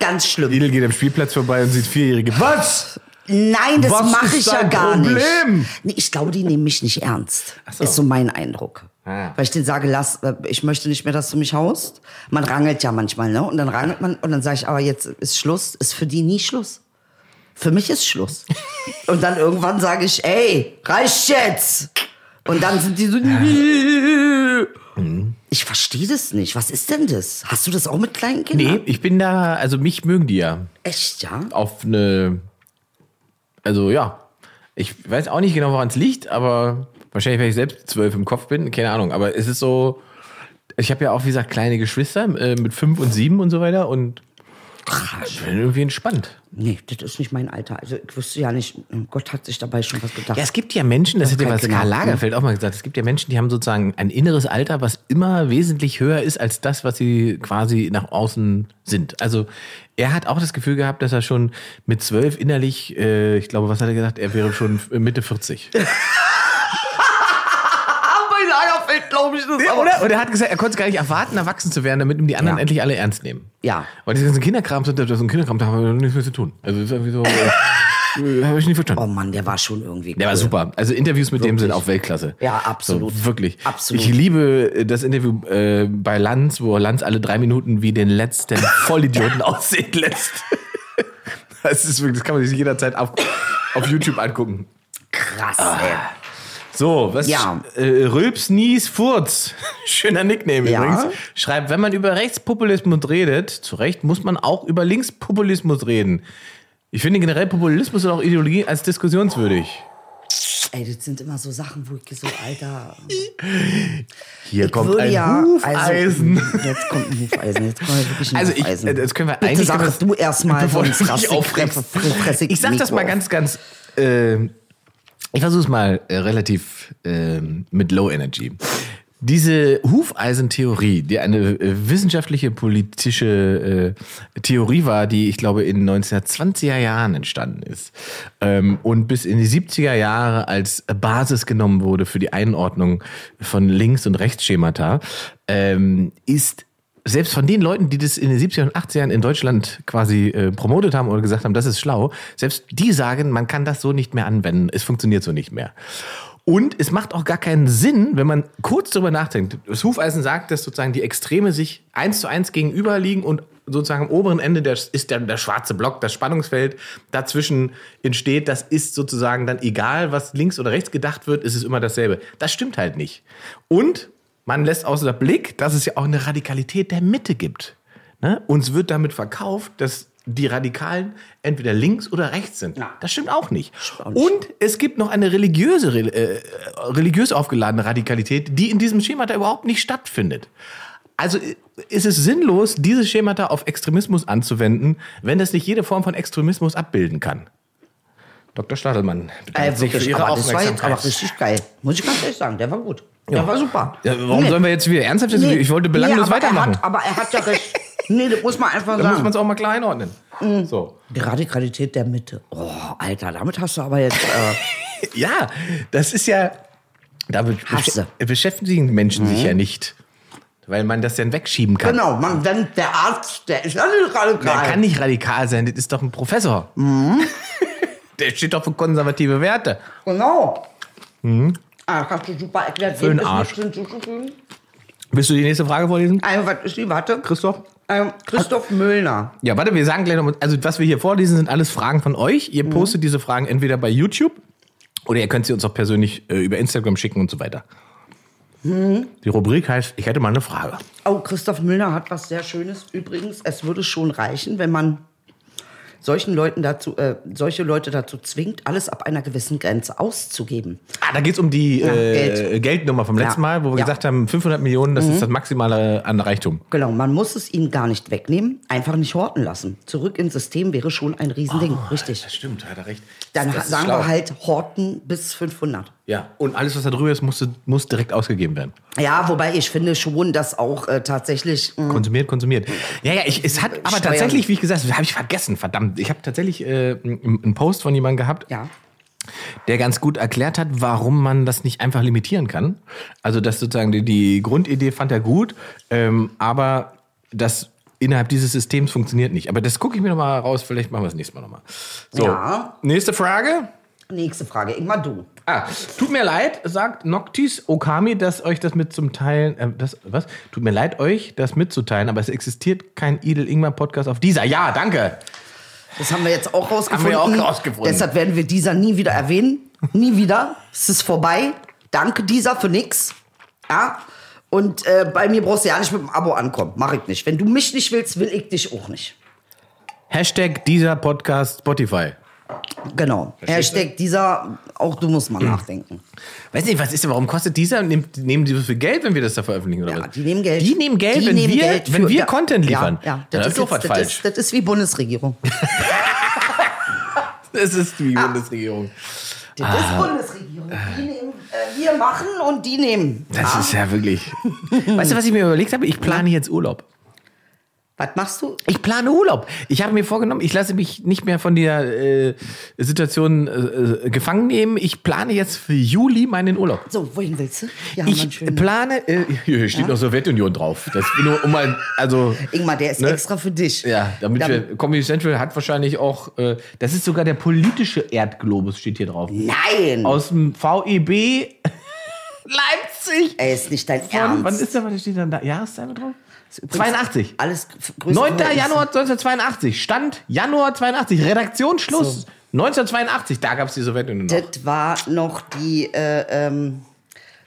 S4: ganz schlimm.
S5: Lidl geht am Spielplatz vorbei und sieht Vierjährige. Was?
S4: Nein, das
S5: Was ist
S4: mache ich ja
S5: dein
S4: gar
S5: Problem?
S4: nicht. Nee, ich glaube, die nehmen mich nicht ernst. Ist so mein Eindruck.
S5: Ah.
S4: Weil ich denen sage, lass, äh, ich möchte nicht mehr, dass du mich haust. Man rangelt ja manchmal, ne? Und dann rangelt man und dann sage ich, aber jetzt ist Schluss. Ist für die nie Schluss. Für mich ist Schluss. und dann irgendwann sage ich, ey, reicht jetzt. Und dann sind die so. Ich verstehe das nicht. Was ist denn das? Hast du das auch mit kleinen Kindern?
S5: Nee, ich bin da, also mich mögen die ja.
S4: Echt, ja?
S5: Auf eine. Also ja. Ich weiß auch nicht genau, woran es liegt, aber wahrscheinlich, weil ich selbst zwölf im Kopf bin, keine Ahnung. Aber es ist so. Ich habe ja auch, wie gesagt, kleine Geschwister äh, mit fünf und sieben und so weiter und ich bin irgendwie entspannt.
S4: Nee, das ist nicht mein Alter. Also ich wüsste ja nicht, Gott hat sich dabei schon was gedacht.
S5: Ja, es gibt ja Menschen, das hat ja
S4: kein
S5: was
S4: Kinder.
S5: Karl Lagerfeld auch mal gesagt, es gibt ja Menschen, die haben sozusagen ein inneres Alter, was immer wesentlich höher ist als das, was sie quasi nach außen sind. Also er hat auch das Gefühl gehabt, dass er schon mit zwölf innerlich, äh, ich glaube, was hat er gesagt, er wäre schon Mitte 40.
S4: bei Lagerfeld glaube ich das
S5: Oder? Und er hat gesagt, er konnte es gar nicht erwarten, erwachsen zu werden, damit ihm die anderen
S4: Ja.
S5: endlich alle ernst nehmen.
S4: Ja.
S5: Weil diese ganzen Kinderkram sind, das ist ein Kinderkram, da haben wir nichts mehr zu tun. Also das ist irgendwie so, äh, habe ich nicht verstanden.
S4: Oh Mann, der war schon irgendwie
S5: Der war
S4: cool.
S5: super. Also Interviews mit dem sind auch Weltklasse.
S4: Ja, absolut.
S5: So, wirklich.
S4: Absolut.
S5: Ich liebe äh, das Interview äh, bei Lanz, wo Lanz alle drei Minuten wie den letzten Vollidioten aussehen lässt. Das, ist wirklich, das kann man sich jederzeit auf, auf YouTube angucken.
S4: Krass, ey.
S5: Ah. So, was?
S4: Ja.
S5: Äh, Rülps, Nies, Furz. Schöner Nickname
S4: Ja.
S5: übrigens. Schreibt, wenn man über Rechtspopulismus redet, zu Recht, muss man auch über Linkspopulismus reden. Ich finde generell Populismus und auch Ideologie als diskussionswürdig.
S4: Ey, das sind immer so Sachen, wo ich so, Alter.
S5: Hier
S4: ich
S5: kommt
S4: würde
S5: ein
S4: ja,
S5: Hufeisen.
S4: Also, jetzt kommt ein Hufeisen. Jetzt kommt wirklich ein
S5: Also ich,
S4: Hufeisen.
S5: äh, das können wir
S4: Bitte
S5: eigentlich-
S4: Sag
S5: können wir-
S4: es du erstmal,
S5: Bevor
S4: sonst
S5: du dich
S4: raste
S5: aufregst.
S4: fresse
S5: Ich sag das
S4: Mikro
S5: mal
S4: auf.
S5: ganz, ganz. Äh, ich versuche es mal äh, relativ äh, mit Low Energy. Diese Hufeisentheorie, die eine äh, wissenschaftliche politische äh, Theorie war, die ich glaube in 1920er Jahren entstanden ist ähm, und bis in die 70er Jahre als Basis genommen wurde für die Einordnung von Links- und Rechtsschemata, ähm, ist selbst von den Leuten, die das in den 70er und 80er Jahren in Deutschland quasi äh, promotet haben oder gesagt haben, das ist schlau, selbst die sagen, man kann das so nicht mehr anwenden, es funktioniert so nicht mehr. Und es macht auch gar keinen Sinn, wenn man kurz drüber nachdenkt. Das Hufeisen sagt, dass sozusagen die Extreme sich eins zu eins gegenüberliegen und sozusagen am oberen Ende der, ist der, der schwarze Block, das Spannungsfeld dazwischen entsteht. Das ist sozusagen dann egal, was links oder rechts gedacht wird, ist es immer dasselbe. Das stimmt halt nicht. Und man lässt außer der Blick, dass es ja auch eine Radikalität der Mitte gibt. Ne? Uns wird damit verkauft, dass die Radikalen entweder links oder rechts sind. Das stimmt auch nicht. Und es gibt noch eine religiöse, äh, religiös aufgeladene Radikalität, die in diesem Schema da überhaupt nicht stattfindet. also ist es sinnlos, diese Schemata auf Extremismus anzuwenden, wenn das nicht jede Form von Extremismus abbilden kann. Dr. Stadelmann,
S4: Äh,
S5: bedankt sich für
S4: wirklich,
S5: Ihre
S4: aber das war jetzt
S5: Aufmerksamkeit.
S4: aber richtig geil. Muss ich ganz ehrlich sagen, der war gut. Der war super.
S5: Ja, warum
S4: Nee.
S5: sollen wir jetzt wieder ernsthaft? jetzt-
S4: Nee.
S5: Ich wollte
S4: Nee,
S5: belanglos
S4: aber
S5: weitermachen.
S4: Er hat, aber er hat ja recht. Nee, das muss man einfach
S5: da muss man
S4: sagen.
S5: es auch mal klar einordnen.
S4: Mm.
S5: So.
S4: Die Radikalität der Mitte. Oh, Alter, damit hast du aber jetzt. Äh,
S5: Ja, das ist ja. Da be
S4: Hasse. Mhm.
S5: besch- beschäftigen Menschen sich ja nicht. Weil man das dann wegschieben kann.
S4: genau, man, dann der Arzt, der ist ja nicht
S5: Der
S4: radikal.
S5: kann nicht radikal sein, das ist doch ein Professor.
S4: Mhm.
S5: Der steht doch für konservative Werte.
S4: Genau. Ah, das hast du super erklärt.
S5: Mhm. Für den
S4: Dem ist
S5: Arsch.
S4: nichts hinzuzufügen.
S5: Willst du die nächste Frage vorlesen?
S4: Ähm, was ist die? Warte.
S5: Christoph?
S4: Ähm, Christoph Müllner.
S5: Ja, warte, wir sagen gleich noch, also was wir hier vorlesen, sind alles Fragen von euch.
S4: Mhm.
S5: Ihr postet diese Fragen entweder bei YouTube oder ihr könnt sie uns auch persönlich äh, über Instagram schicken und so weiter.
S4: Mhm.
S5: Die Rubrik heißt, ich hätte mal eine Frage.
S4: Oh, Christoph Müllner hat was sehr Schönes. Übrigens, es würde schon reichen, wenn man solchen Leuten dazu, äh, solche Leute dazu zwingt, alles ab einer gewissen Grenze auszugeben.
S5: Ah, da geht's um die äh,
S4: Geld.
S5: Geldnummer vom
S4: Ja.
S5: letzten Mal, wo wir
S4: Ja. Mhm.
S5: gesagt haben, 500 Millionen, das ist das maximale an Reichtum.
S4: Genau, man muss es ihnen gar nicht wegnehmen, einfach nicht horten lassen. Zurück ins System wäre schon ein Riesending, richtig.
S5: stimmt, hat er recht.
S4: Dann
S5: Das ist
S4: sagen
S5: schlau.
S4: wir halt horten bis 500.
S5: Ja, und alles, was da drüber ist, muss, muss direkt ausgegeben werden.
S4: Ja, wobei ich finde schon, dass auch äh, tatsächlich mh,
S5: Konsumiert, konsumiert. Ja, ja, ich, es hat aber
S4: Steuern.
S5: tatsächlich, wie ich gesagt habe, habe ich vergessen, verdammt. Ich habe tatsächlich äh, einen einen Post von jemandem gehabt,
S4: ja,
S5: der ganz gut erklärt hat, warum man das nicht einfach limitieren kann. Also, dass sozusagen die, die Grundidee fand er gut, ähm, aber das innerhalb dieses Systems funktioniert nicht. Aber das gucke ich mir nochmal raus, vielleicht machen wir das nächste Mal nochmal. So,
S4: Ja.
S5: nächste Frage.
S4: nächste Frage, Ingmar du.
S5: Ah, tut mir leid, sagt Noctis Okami, dass euch das mit zum Teilen, äh, das, was? Tut mir leid, euch das mitzuteilen, aber es existiert kein Idel Ingmar Podcast auf dieser. Ja, danke.
S4: Das haben wir jetzt auch rausgefunden.
S5: Haben wir auch rausgefunden.
S4: Deshalb werden wir dieser nie wieder erwähnen. Nie wieder. Es ist vorbei. Danke dieser für nix. Ja. Und äh, bei mir brauchst du ja nicht mit dem Abo ankommen. Mach ich nicht. Wenn du mich nicht willst, will ich dich auch nicht.
S5: Hashtag dieser Podcast Spotify.
S4: Genau. Hashtag dieser, auch du musst mal
S5: Hm.
S4: nachdenken.
S5: Weiß nicht, was ist denn, warum kostet dieser? Nehmen, nehmen die so viel Geld, wenn wir das da veröffentlichen? Oder
S4: Ja,
S5: was?
S4: die nehmen Geld.
S5: Die nehmen Geld,
S4: Die
S5: wenn,
S4: nehmen
S5: wir,
S4: Geld
S5: wenn
S4: für-
S5: wir
S4: ja,
S5: Content liefern.
S4: Ja, ja.
S5: Dann
S4: Das,
S5: läuft
S4: ist,
S5: doch was
S4: jetzt, das,
S5: falsch. Ah.
S4: ist, das ist wie Bundesregierung.
S5: Das ist die Bundesregierung.
S4: Das ist Bundesregierung. Die nehmen, äh, wir machen und die nehmen.
S5: Das ist ja wirklich. weißt du, was ich mir überlegt habe? Ich plane jetzt Urlaub.
S4: Was machst du?
S5: Ich plane Urlaub. Ich habe mir vorgenommen, ich lasse mich nicht mehr von der äh, Situation äh, äh, gefangen nehmen. Ich plane jetzt für Juli meinen Urlaub.
S4: So, wohin willst du? Ja, Mann,
S5: Ich
S4: schön.
S5: plane, äh, hier steht noch Sowjetunion drauf. Das nur um ein, also
S4: Ingmar, der ist
S5: Ne?
S4: extra für dich.
S5: ja, damit
S4: Dam-
S5: wir Comedy Central hat wahrscheinlich auch, äh, das ist sogar der politische Erdglobus steht hier drauf.
S4: Nein!
S5: Aus dem E VEB Leipzig.
S4: Ey, ist nicht dein
S5: Von, wann
S4: Ernst.
S5: ist der, was steht dann da? Jahreszeit mit drauf? 82.
S4: Alles f- größer
S5: 9.
S4: Verhältnis.
S5: Januar 1982, Stand Januar 82, Redaktionsschluss 1982, da gab es die Sowjetunion noch.
S4: Das war noch die äh, ähm,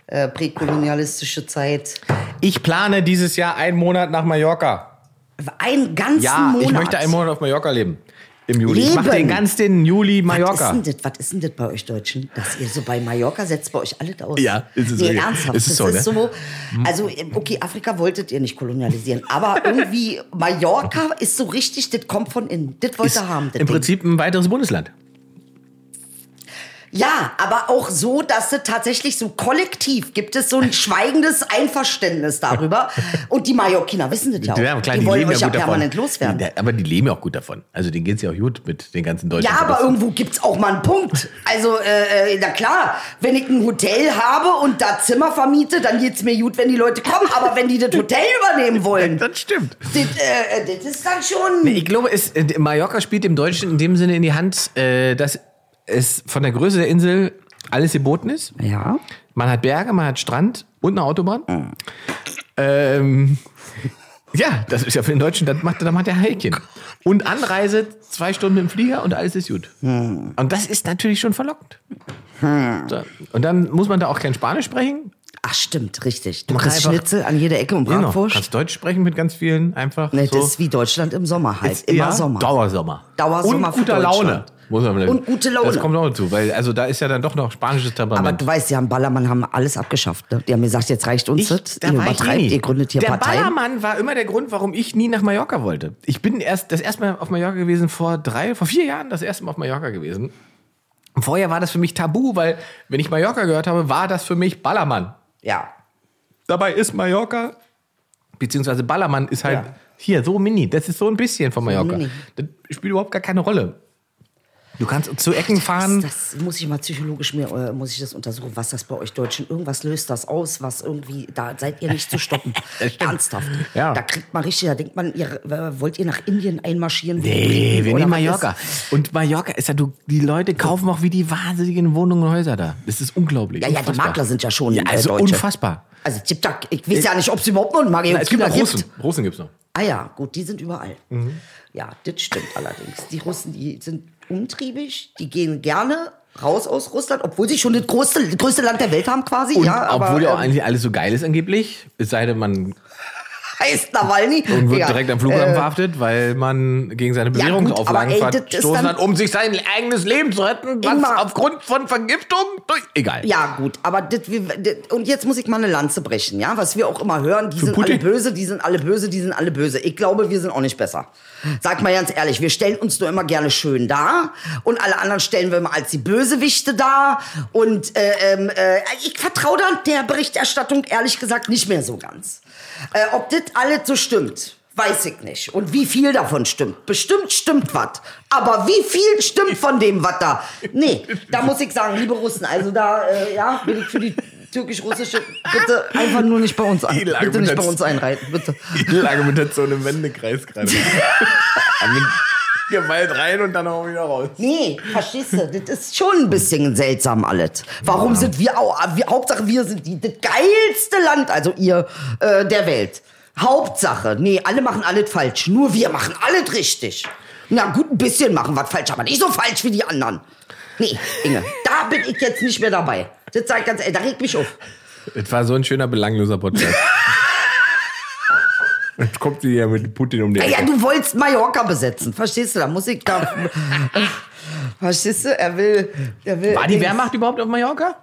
S4: äh, präkolonialistische Zeit.
S5: Ich plane dieses Jahr einen Monat nach Mallorca.
S4: Einen ganzen
S5: Ja,
S4: Monat.
S5: ich möchte einen Monat auf Mallorca leben. Im Juli. Ich mache
S4: Leben.
S5: den ganz den Juli Mallorca.
S4: Was ist, denn das, was ist denn das bei euch Deutschen? Dass ihr so bei Mallorca setzt bei euch alle da aus.
S5: Ja, ist es
S4: nee,
S5: so.
S4: ernsthaft.
S5: Ist es
S4: das
S5: so, ne?
S4: ist so. Also, okay, Afrika wolltet ihr nicht kolonialisieren, aber irgendwie Mallorca ist so richtig, das kommt von innen. Das wollt
S5: Ist
S4: ihr haben. Das
S5: Im
S4: Ding.
S5: Prinzip ein weiteres Bundesland.
S4: Ja, aber auch so, dass es tatsächlich so kollektiv gibt es so ein schweigendes Einverständnis darüber. Und die Mallorquiner wissen das ja auch. die wollen euch ja permanent loswerden.
S5: Ja, Aber die leben ja auch gut davon. Also denen geht es ja auch gut mit den ganzen deutschen
S4: Ja, aber
S5: Touristen.
S4: irgendwo gibt's auch mal einen Punkt. Also, äh, äh, na klar, wenn ich ein Hotel habe und da Zimmer vermiete, dann geht's mir gut, wenn die Leute kommen. Aber wenn die das Hotel übernehmen wollen, das,
S5: Das stimmt.
S4: äh, das ist dann schon...
S5: Ich glaube, es, äh, Mallorca spielt dem Deutschen in dem Sinne in die Hand, äh, dass es von der Größe der Insel alles geboten ist.
S4: Ja.
S5: Man hat Berge, man hat Strand und eine Autobahn. Ähm, ja, das ist ja für den Deutschen, das macht, das macht der Heilchen. Und Anreise zwei Stunden im Flieger und alles ist gut. Und das ist natürlich schon verlockend. So. Und dann muss man da auch kein Spanisch sprechen.
S4: Ach stimmt, richtig. Du
S5: Man kann
S4: kriegst
S5: einfach-
S4: Schnitzel an jeder Ecke und
S5: Genau.
S4: Bratwurst.
S5: Kannst Deutsch sprechen mit ganz vielen einfach.
S4: Nee,
S5: so.
S4: Das ist wie Deutschland im Sommer halt.
S5: Ist
S4: Immer
S5: eher
S4: Sommer.
S5: Dauersommer.
S4: Dauersommer
S5: Und
S4: für
S5: guter Laune.
S4: Deutschland.
S5: Muss man
S4: Und gute Laune.
S5: Das kommt auch dazu, weil also da ist ja dann doch noch spanisches
S4: Aber
S5: Temperament.
S4: du weißt, die haben Ballermann haben alles abgeschafft. Ne? Die haben gesagt, jetzt reicht uns das. Ihr übertreibt, ihr gründet hier
S5: der
S4: Parteien.
S5: Ballermann war immer der Grund, warum ich nie nach Mallorca wollte. Ich bin erst das erste Mal auf Mallorca gewesen vor drei, vor vier Jahren das erste Mal auf Mallorca gewesen. Und vorher war das für mich tabu, weil wenn ich Mallorca gehört habe, war das für mich Ballermann.
S4: Ja.
S5: Dabei ist Mallorca, beziehungsweise Ballermann ist halt hier so mini. Das ist so ein bisschen von Mallorca.
S4: mini.
S5: Das spielt überhaupt gar keine Rolle. Du kannst zu Ecken fahren.
S4: Das muss ich mal psychologisch mir äh, muss ich das untersuchen, was das bei euch Deutschen irgendwas löst das aus, was irgendwie da seid ihr nicht zu stoppen. Ernsthaft.
S5: Ja.
S4: Da kriegt man richtig, da denkt man, ihr äh, wollt ihr nach Indien einmarschieren?
S5: Nee, wir
S4: Oder
S5: nehmen
S4: was
S5: Mallorca.
S4: ist-
S5: Und Mallorca ist ja, du, die Leute kaufen auch wie die wahnsinnigen Wohnungen und Häuser da. Das ist unglaublich.
S4: Ja, ja, die
S5: Unfassbar.
S4: Makler sind ja schon
S5: Ja,
S4: äh,
S5: also
S4: Deutsche.
S5: unfassbar.
S4: Also es gibt da, ich weiß ja nicht, ob es überhaupt noch einen Magier
S5: Na, es gibt
S4: Kieler
S5: auch Russen. Mhm. Russen gibt's noch.
S4: Ah ja, gut, die sind überall. Ja, das stimmt allerdings. Die Russen, die sind umtriebig, die gehen gerne raus aus Russland, obwohl sie schon das größte, das größte Land der Welt haben quasi.
S5: Und
S4: ja, aber,
S5: obwohl ja auch
S4: ähm,
S5: eigentlich alles so geil ist angeblich, es sei denn, man
S4: heißt Nawalny.
S5: und wird
S4: Ja,
S5: direkt am Flughafen
S4: äh,
S5: verhaftet, weil man gegen seine
S4: gut,
S5: Bewährungsauflagen
S4: aber ey, das ist
S5: verstoßen
S4: dann-
S5: hat, um sich sein eigenes Leben zu retten, was
S4: Ingmar.
S5: aufgrund von Vergiftung durch... Egal.
S4: Äh, Ja, gut, aber das, wir- das, und jetzt muss ich mal eine Lanze brechen, ja, was wir auch immer hören, die sind alle
S5: Putin?
S4: böse, die sind alle böse, die sind alle böse. Ich glaube, wir sind auch nicht besser. Sag mal ganz ehrlich, wir stellen uns nur immer gerne schön dar und alle anderen stellen wir immer als die Bösewichte dar und äh, ähm, äh, ich vertraue dann der Berichterstattung ehrlich gesagt nicht mehr so ganz. Äh, ob das alles so stimmt. Weiß ich nicht. Und wie viel davon stimmt? Bestimmt stimmt was. Aber wie viel stimmt von dem, was da? Nee, da muss ich sagen, liebe Russen, also da, äh, ja, bin ich für die türkisch-russische, bitte einfach nur nicht bei uns an.
S5: Edle
S4: Bitte nicht bei
S5: Argumentation.
S4: uns einreiten, bitte.
S5: Argumentation im Wendekreis gerade. Mit Gewalt rein und dann auch wieder raus.
S4: Nee, verstehst du, das ist schon ein bisschen seltsam alles. Warum sind wir, au- wir, Hauptsache wir sind die, das geilste Land, also ihr, äh, der Welt. Hauptsache, nee, alle machen alles falsch, nur wir machen alles richtig. Na gut, ein bisschen machen was falsch, aber nicht so falsch wie die anderen. Nee, Inge, da bin ich jetzt nicht mehr dabei. Das sag ich ganz ehrlich, da regt mich auf.
S5: Es war so ein schöner, belangloser Podcast. Jetzt kommt sie ja mit Putin um die
S4: Ja,
S5: Ecke.
S4: du wolltest Mallorca besetzen, verstehst du, da muss ich da... Verstehst du, er will... Er will
S5: War die Wehrmacht überhaupt auf Mallorca?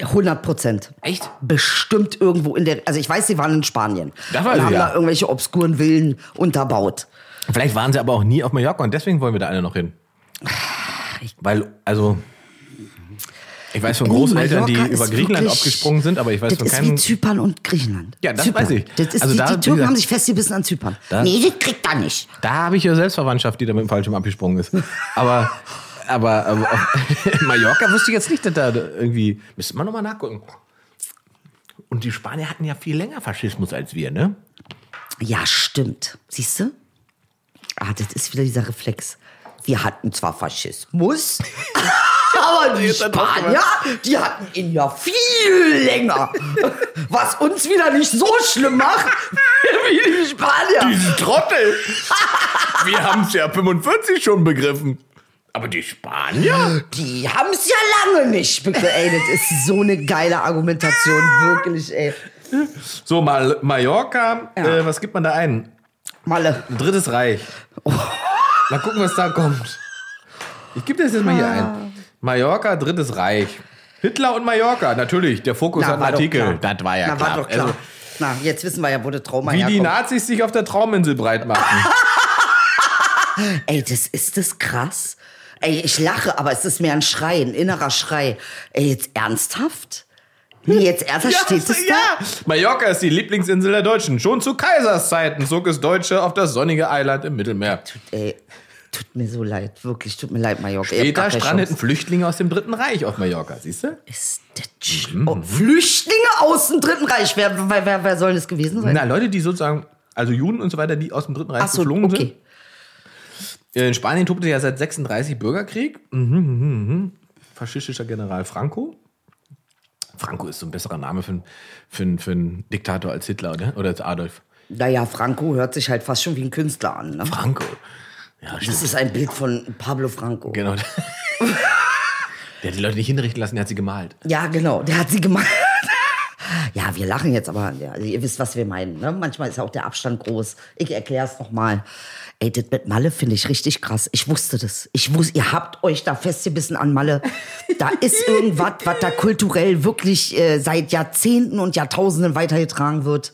S4: 100 Prozent.
S5: Echt?
S4: Bestimmt irgendwo in der. Also ich weiß, sie waren in Spanien.
S5: Da war
S4: und
S5: sie,
S4: haben
S5: ja.
S4: da irgendwelche obskuren Villen unterbaut.
S5: Vielleicht waren sie aber auch nie auf Mallorca und deswegen wollen wir da alle noch hin. Weil, also. Ich weiß von
S4: Nee,
S5: Großeltern, die
S4: Oh, Mallorca
S5: über
S4: ist
S5: Griechenland
S4: wirklich-
S5: abgesprungen sind, aber ich weiß
S4: Das
S5: von
S4: ist wie
S5: keinem.
S4: Zypern und Griechenland.
S5: Ja, das
S4: Zypern.
S5: weiß ich.
S4: Das ist
S5: Also
S4: die,
S5: da,
S4: die
S5: wie
S4: Türken
S5: gesagt-
S4: haben sich festgebissen an Zypern.
S5: Da-
S4: nee, das kriegt er nicht.
S5: Da habe ich ja Selbstverwandtschaft, die da mit dem Fallschirm abgesprungen ist. Aber, aber, aber auf Mallorca wüsste ich jetzt nicht, dass da irgendwie. Müsste man nochmal nachgucken. Und die Spanier hatten ja viel länger Faschismus als wir, ne?
S4: Ja, stimmt. Siehst du? Ah, das ist wieder dieser Reflex. Wir hatten zwar Faschismus, aber die
S5: Jetzt hat er
S4: Spanier, die hatten ihn ja viel länger. Was uns wieder nicht so schlimm macht, wie die Spanier.
S5: Diese Trottel! Wir haben es ja 45 schon begriffen. Aber die Spanier?
S4: Die haben es ja lange nicht. begriffen. Ey, das ist so eine geile Argumentation, wirklich, ey.
S5: So, Mal Mallorca, äh, was gibt man da ein?
S4: Malle.
S5: Ein drittes Reich. Mal gucken, was da kommt. Ich gebe das jetzt mal hier
S4: Ah.
S5: ein. Mallorca, drittes Reich. Hitler und Mallorca, natürlich. Der Fokus hat einen
S4: war doch
S5: Artikel.
S4: klar.
S5: Das war ja
S4: Na,
S5: klar.
S4: War doch klar.
S5: Also,
S4: Na, jetzt wissen wir ja, wo der Trauma
S5: wie die
S4: herkommt.
S5: Nazis sich auf der Trauminsel breit machen.
S4: Ey, das ist das krass. Ey, ich lache, aber es ist mehr ein Schrei, ein innerer Schrei. Ey, jetzt ernsthaft? Nee, jetzt ernsthaft steht es
S5: ja.
S4: da?
S5: Mallorca ist die Lieblingsinsel der Deutschen. Schon zu Kaisers Zeiten zog es Deutsche auf das sonnige Eiland im Mittelmeer.
S4: Ey, tut mir so leid, wirklich, tut mir leid, Mallorca. Ihr habt gar
S5: Später
S4: keine
S5: strandeten
S4: Chance.
S5: Flüchtlinge aus dem Dritten Reich auf Mallorca, siehst du?
S4: Ist das
S5: Mhm.
S4: schlimm? Oh, Flüchtlinge aus dem Dritten Reich. Wer, wer, wer, wer soll das gewesen sein?
S5: Na, Leute, die sozusagen, also Juden und so weiter, die aus dem Dritten Reich
S4: Ach so,
S5: geflogen
S4: okay.
S5: sind. In Spanien tobte ja seit 36 Bürgerkrieg. Mhm, mhm, mhm. Faschistischer General Franco. Franco ist so ein besserer Name für, einen- für, einen- für einen Diktator als Hitler oder, oder als Adolf.
S4: Naja, Franco hört sich halt fast schon wie ein Künstler an. Ne?
S5: Franco. Ja, stimmt.
S4: Das ist ein Bild von Pablo Franco.
S5: Genau. der hat die Leute nicht hinrichten lassen, der hat sie gemalt.
S4: Ja, genau. Der hat sie gemacht. Ja, wir lachen jetzt, aber ja, also ihr wisst, was wir meinen. Ne? Manchmal ist auch der Abstand groß. Ich erkläre es nochmal. Ey, das mit Malle finde ich richtig krass. Ich wusste das. Ich wusste, ihr habt euch da festgebissen an Malle. Da ist irgendwas, was da kulturell wirklich äh, seit Jahrzehnten und Jahrtausenden weitergetragen wird,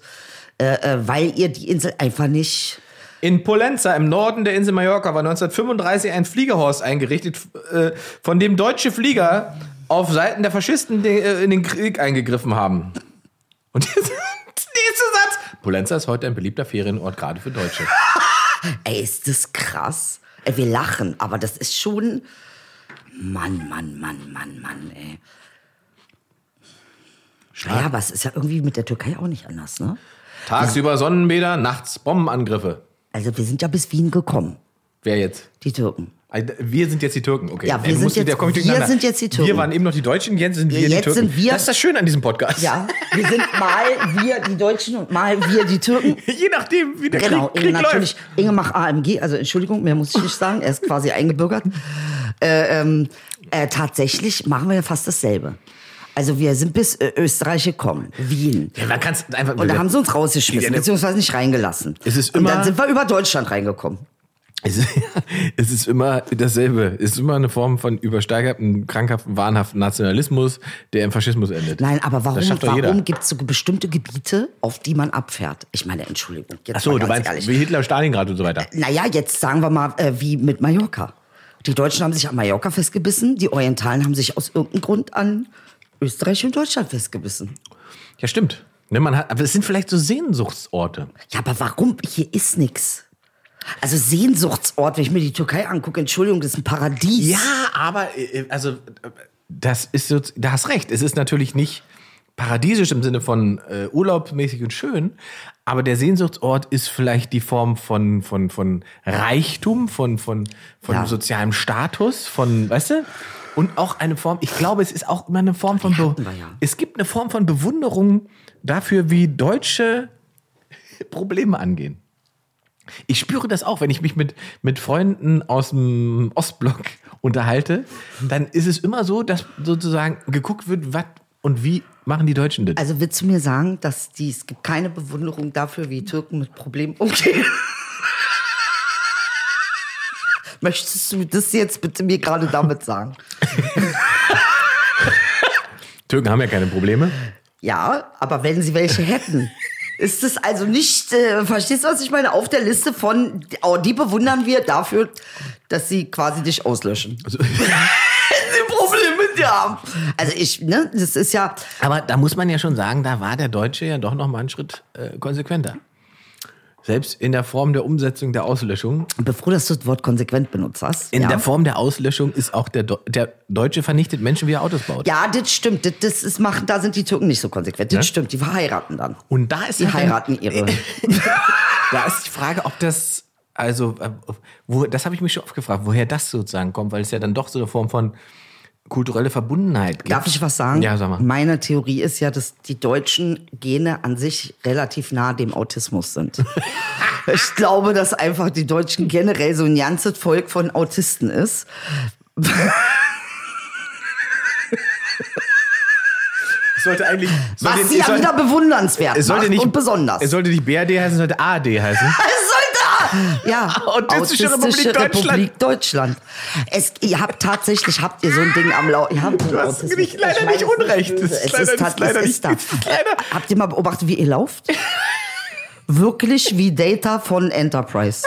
S4: äh, äh, weil ihr die Insel einfach nicht.
S5: In Polenza im Norden der Insel Mallorca war 1935 ein Fliegerhorst eingerichtet, äh, von dem deutsche Flieger auf Seiten der Faschisten de- äh, in den Krieg eingegriffen haben. Und jetzt nächster Satz. Polenza ist heute ein beliebter Ferienort, gerade für Deutsche.
S4: Ey, ist das krass. Ey, wir lachen, aber das ist schon. Mann, Mann, Mann, Mann, Mann, ey. Naja, aber es ist ja irgendwie mit der Türkei auch nicht anders, ne?
S5: Tagsüber Sonnenbäder, nachts Bombenangriffe.
S4: Also wir sind ja bis Wien gekommen,
S5: Wer jetzt?
S4: die Türken.
S5: Äh, Wir sind jetzt die Türken, okay.
S4: Ja, wir
S5: Ey,
S4: sind
S5: muss-
S4: jetzt-
S5: da komm ich
S4: wir
S5: durcheinander.
S4: sind jetzt die Türken.
S5: Wir waren eben noch die Deutschen, jetzt sind wir die
S4: Jetzt
S5: Türken.
S4: sind wir-
S5: das ist das Schöne an diesem Podcast.
S4: Ja, wir sind mal wir die Deutschen und mal wir die Türken.
S5: Je nachdem, wie der
S4: Genau,
S5: Krieg, Krieg
S4: Inge, natürlich.
S5: läuft.
S4: Inge macht AMG, also Entschuldigung, mehr muss ich nicht sagen, er ist quasi eingebürgert. Äh, ähm, äh, tatsächlich machen wir ja fast dasselbe. Also wir sind bis äh, Österreich gekommen, Wien.
S5: Ja, man kann's einfach.
S4: Und da haben sie uns rausgeschmissen, beziehungsweise nicht reingelassen.
S5: Es ist
S4: und
S5: immer-
S4: dann sind wir über Deutschland reingekommen.
S5: Es ist, es ist immer dasselbe. Es ist immer eine Form von übersteigerten, krankhaften, wahnhaften Nationalismus, der im Faschismus endet.
S4: Nein, aber warum,
S5: Das schafft doch jeder.
S4: warum gibt es so bestimmte Gebiete, auf die man abfährt? Ich meine, Entschuldigung. Jetzt
S5: Ach so,
S4: mal
S5: du
S4: ganz
S5: meinst wie Hitler, Stalingrad und so weiter.
S4: naja, jetzt sagen wir mal, äh, wie mit Mallorca. Die Deutschen haben sich an Mallorca festgebissen, die Orientalen haben sich aus irgendeinem Grund an Österreich und Deutschland festgebissen.
S5: Ja, stimmt. Ne, man hat, aber es sind vielleicht so Sehnsuchtsorte.
S4: Ja, aber warum? Hier ist nix. Also Sehnsuchtsort, wenn ich mir die Türkei angucke, Entschuldigung, das ist ein Paradies.
S5: Ja, aber äh, also äh, das ist so, da hast recht. Es ist natürlich nicht paradiesisch im Sinne von äh, urlaubmäßig und schön, aber der Sehnsuchtsort ist vielleicht die Form von von von Reichtum, von von von
S4: Ja.
S5: sozialem Status, von, weißt du? Und auch eine Form, ich glaube, es ist auch immer eine Form von Be
S4: hatten wir ja.
S5: es gibt eine Form von Bewunderung dafür, wie deutsche Probleme angehen. Ich spüre das auch, wenn ich mich mit, mit Freunden aus dem Ostblock unterhalte, dann ist es immer so, dass sozusagen geguckt wird, was und wie machen die Deutschen das.
S4: Also willst du mir sagen, dass die, es gibt keine Bewunderung dafür, wie Türken mit Problemen umgehen? Möchtest du das jetzt bitte mir gerade damit sagen?
S5: Türken haben ja keine Probleme.
S4: Ja, aber wenn sie welche hätten. Ist es also nicht, äh, verstehst du, was ich meine, auf der Liste von, oh, die bewundern wir dafür, dass sie quasi dich auslöschen. Also, die Probleme mit dir haben. Also ich, ne, das ist ja,
S5: Aber da muss man ja schon sagen, da war der Deutsche ja doch noch mal einen Schritt äh, konsequenter. Selbst in der Form der Umsetzung der Auslöschung,
S4: bevor dass du das Wort konsequent benutzt hast.
S5: in
S4: ja.
S5: der Form der Auslöschung ist auch der, Do der Deutsche vernichtet Menschen, wie er Autos baut.
S4: ja, das stimmt. Das, das ist machen, da sind die Türken nicht so konsequent. Das stimmt, die verheiraten dann.
S5: Und da ist
S4: Die
S5: halt dann-
S4: heiraten ihre.
S5: Da ist die Frage, ob das, also, äh, wo, das habe ich mich schon oft gefragt, woher das sozusagen kommt, weil es ja dann doch so eine Form von kulturelle Verbundenheit gibt.
S4: Darf ich was sagen?
S5: Ja, sag mal.
S4: Meine Theorie ist ja, dass die deutschen Gene an sich relativ nah dem Autismus sind. ich glaube, dass einfach die Deutschen generell so ein ganzes Volk von Autisten ist.
S5: Es sollte eigentlich.
S4: Was sie ja wieder bewundernswert
S5: es sollte
S4: macht
S5: nicht,
S4: und besonders.
S5: Es sollte nicht BRD heißen, es sollte AD heißen.
S4: Es sollte ja,
S5: Autistische Republik Deutschland.
S4: Republik Deutschland. Es, ihr habt tatsächlich, habt ihr so ein Ding am Laufen. Du
S5: hast nicht- leider nicht Unrecht.
S4: Es
S5: Es ist
S4: ist,
S5: leider-
S4: tat-
S5: es ist leider
S4: es
S5: nicht-
S4: ist da.
S5: es ist leider-
S4: Äh, Habt ihr mal beobachtet, wie ihr lauft? Wirklich wie Data von Enterprise.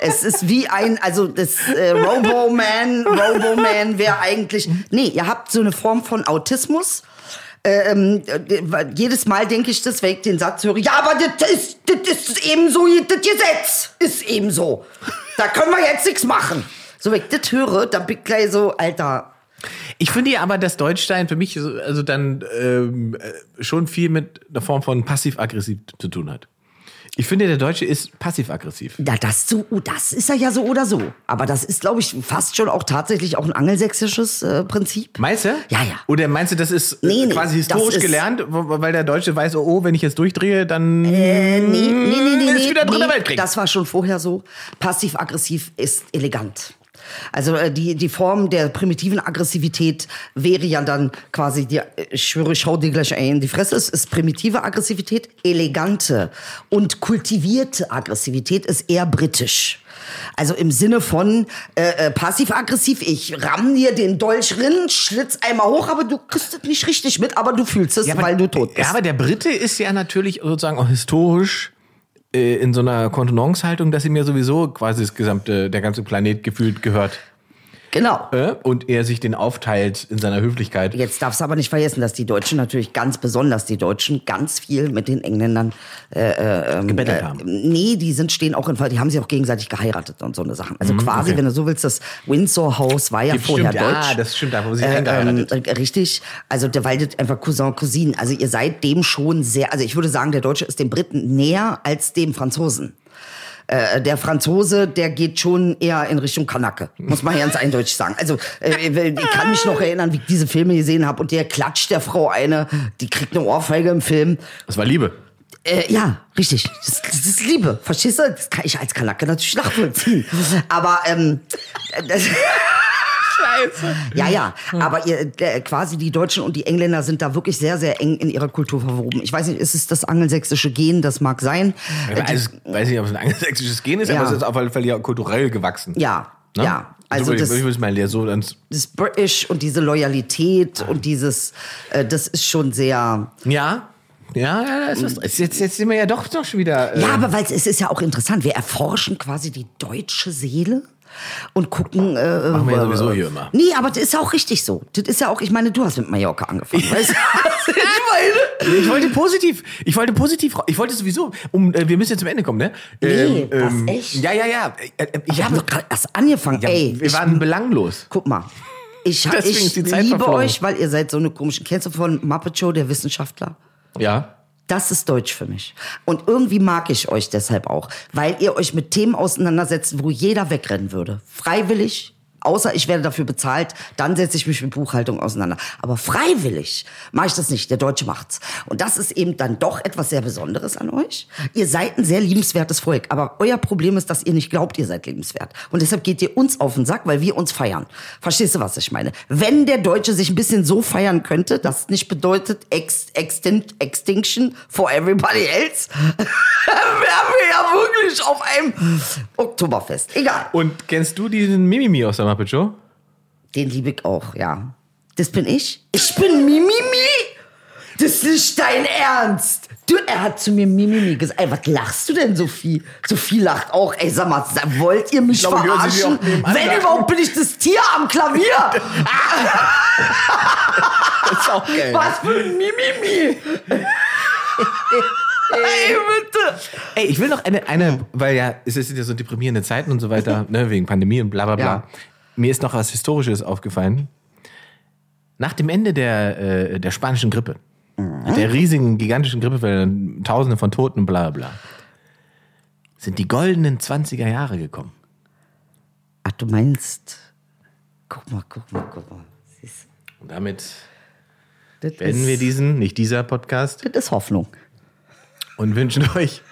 S4: Es ist wie ein, also das äh, Roboman, Roboman wäre eigentlich. Nee, ihr habt so eine Form von Autismus. Ähm, äh, jedes Mal denke ich das, wenn ich den Satz höre, ja, aber das ist, das ist eben so, das Gesetz ist eben so. Da können wir jetzt nichts machen. So, wenn ich das höre, dann bin ich gleich so, Alter,
S5: Ich finde ja aber, dass Deutschstein für mich so- also dann ähm, äh, schon viel mit einer Form von passiv-aggressiv zu tun hat. Ich finde, der Deutsche ist passiv-aggressiv.
S4: na, das so, oh, das ist ja ja so oder so. Aber das ist, glaube ich, fast schon auch tatsächlich auch ein angelsächsisches äh, Prinzip.
S5: Meinst du?
S4: Ja, ja.
S5: Oder meinst du, das ist äh,
S4: Nee, nee,
S5: quasi
S4: das
S5: historisch
S4: ist-
S5: gelernt, wo- weil der Deutsche weiß, oh, oh, wenn ich jetzt durchdrehe, dann
S4: Äh, Nee, nee, nee, nee,
S5: Hm, ist wieder Dritter
S4: nee,
S5: Weltkrieg.
S4: Das war schon vorher so. Passiv-aggressiv ist elegant. Also äh, die, die Form der primitiven Aggressivität wäre ja dann quasi, die, äh, ich schwöre, ich schau dir gleich ein, die Fresse ist, ist primitive Aggressivität, elegante und kultivierte Aggressivität ist eher britisch. Also im Sinne von äh, äh, passiv-aggressiv, ich ramm dir den Dolch rin, schlitz einmal hoch, aber du kriegst es nicht richtig mit, aber du fühlst es, weil du tot bist.
S5: Ja, aber der Brite ist ja natürlich sozusagen auch historisch äh, in so einer Kontenance-Haltung, dass ihm ja sowieso quasi das gesamte, der ganze Planet gefühlt gehört.
S4: genau.
S5: Äh? Und er sich den aufteilt in seiner Höflichkeit.
S4: Jetzt darfst du aber nicht vergessen, dass die Deutschen natürlich ganz besonders, die Deutschen ganz viel mit den Engländern äh, äh, ähm,
S5: Gebettelt
S4: äh,
S5: haben.
S4: Nee, die sind stehen auch in Fall, die haben sich auch gegenseitig geheiratet und so eine Sachen. Also quasi,
S5: Mhm, okay.
S4: wenn du so willst, das Windsor House war ja
S5: Die-
S4: vorher
S5: stimmt,
S4: deutsch.
S5: Ah, das stimmt, da haben sie
S4: Äh,
S5: eingeheiratet.
S4: ähm, äh, richtig, also der waldet einfach Cousin, Cousine. Also ihr seid dem schon sehr, also ich würde sagen, der Deutsche ist dem Briten näher als dem Franzosen. Äh, Der Franzose, der geht schon eher in Richtung Kanacke, muss man ganz eindeutig sagen. Also äh, ich kann mich noch erinnern, wie ich diese Filme gesehen habe und der klatscht der Frau eine, die kriegt eine Ohrfeige im Film.
S5: Das war Liebe.
S4: Äh, ja, richtig. Das, das ist Liebe. Verstehst du? Das kann ich als Kanacke natürlich nachvollziehen. Aber ähm, das,
S5: Scheiße.
S4: ja, ja. Aber ihr, äh, quasi die Deutschen und die Engländer sind da wirklich sehr, sehr eng in ihrer Kultur verwoben. Ich weiß nicht, ist es das angelsächsische Gen? Das mag sein. Äh, die-
S5: Also, ich weiß nicht, ob es ein angelsächsisches Gen ist,
S4: Ja.
S5: aber es ist auf jeden Fall ja kulturell gewachsen.
S4: ja,
S5: Ne?
S4: ja. Also
S5: so,
S4: das,
S5: das, ich muss mal ja, so dann.
S4: das British und diese Loyalität und dieses, äh, das ist schon sehr.
S5: Ja. Ja, ja, das ist, ist jetzt, jetzt sind wir ja doch doch schon wieder. Äh,
S4: Ja, aber weil es ist ja auch interessant. Wir erforschen quasi die deutsche Seele und gucken. Äh,
S5: Machen wir ja
S4: äh,
S5: sowieso hier immer.
S4: Nee, aber das ist ja auch richtig so. Das ist ja auch, ich meine, du hast mit Mallorca angefangen. Weißt du? ich meine.
S5: ich wollte positiv. Ich wollte positiv. ra- Ich wollte sowieso. Um, äh, wir müssen jetzt zum Ende kommen, ne?
S4: Nee, was, echt?
S5: ähm, Ja, ja, ja. Äh, äh, Ich
S4: Ich habe
S5: habe.
S4: doch gerade erst angefangen.
S5: Ja,
S4: Ey,
S5: wir
S4: ich
S5: waren belanglos.
S4: Guck mal. Ich, hab-
S5: Deswegen
S4: ich
S5: ist die Zeit
S4: liebe
S5: verflogen.
S4: euch, weil ihr seid so eine komische. Kennst du von Muppet Show, der Wissenschaftler?
S5: Ja.
S4: Das ist Deutsch für mich. Und irgendwie mag ich euch deshalb auch, weil ihr euch mit Themen auseinandersetzt, wo jeder wegrennen würde. Freiwillig, außer ich werde dafür bezahlt, dann setze ich mich mit Buchhaltung auseinander. Aber freiwillig mache ich das nicht. Der Deutsche macht's. Und das ist eben dann doch etwas sehr Besonderes an euch. Ihr seid ein sehr liebenswertes Volk, aber euer Problem ist, dass ihr nicht glaubt, ihr seid liebenswert. Und deshalb geht ihr uns auf den Sack, weil wir uns feiern. Verstehst du, was ich meine? Wenn der Deutsche sich ein bisschen so feiern könnte, das nicht bedeutet ex, extinct, Extinction for everybody else, wären wir ja wirklich auf einem Oktoberfest. Egal.
S5: Und kennst du diesen Mimimi aus der Muppet Show?
S4: Den liebe ich auch, ja. Das bin ich. Ich bin Mimimi. Das ist nicht dein Ernst. Du, er hat zu mir Mimimi gesagt. Ey, was lachst du denn, Sophie? Sophie lacht auch. Ey, sag mal, sa- wollt ihr mich
S5: Ich glaube, ich höre sie
S4: verarschen?
S5: auch nebenan
S4: Wenn
S5: lachen.
S4: überhaupt bin ich das Tier am Klavier.
S5: Das ist auch geil.
S4: was für ein Mimimi. Ey, bitte.
S5: Ey, ich will noch eine, eine weil ja, es sind ja so deprimierende Zeiten und so weiter, ne, wegen Pandemie und bla bla bla.
S4: Ja.
S5: Mir ist noch was Historisches aufgefallen. Nach dem Ende der, äh, der spanischen Grippe, der riesigen, gigantischen Grippewelle, tausende von Toten und bla bla bla, sind die goldenen 20er Jahre gekommen.
S4: Ach, du meinst. Guck mal, guck mal, guck mal. Siehst
S5: Und damit
S4: du, Das
S5: beenden
S4: ist,
S5: wir diesen, nicht dieser Podcast
S4: Das ist Hoffnung.
S5: und wünschen euch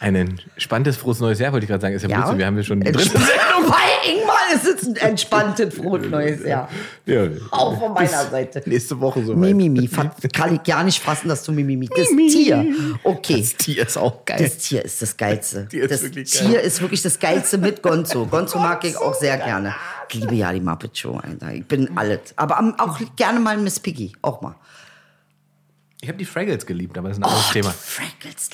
S5: ein spannendes, frohes neues Jahr, wollte ich gerade sagen. Ist ja, Blödsinn, wir haben ja schon die dritte
S4: Sendung bei Ingmar. Es ist ein entspanntes, frohes neues Jahr.
S5: Ja.
S4: Auch von meiner Seite.
S5: Nächste Woche so
S4: Mimimi, fa- kann ich gar nicht fassen, dass du Mimimi. Das Tier. Okay.
S5: Das Tier ist auch geil.
S4: Das Tier ist das Geilste. Das
S5: Tier ist
S4: Tier ist, wirklich,
S5: wirklich geil.
S4: das Geilste mit Gonzo. Gonzo mag ich auch sehr gerne. Ich liebe ja die Muppet Show. Alter. Ich bin alles. Aber am- auch gerne mal Miss Piggy. Auch mal.
S5: Ich habe die Fraggles geliebt, aber das ist ein anderes Thema.
S4: Fraggles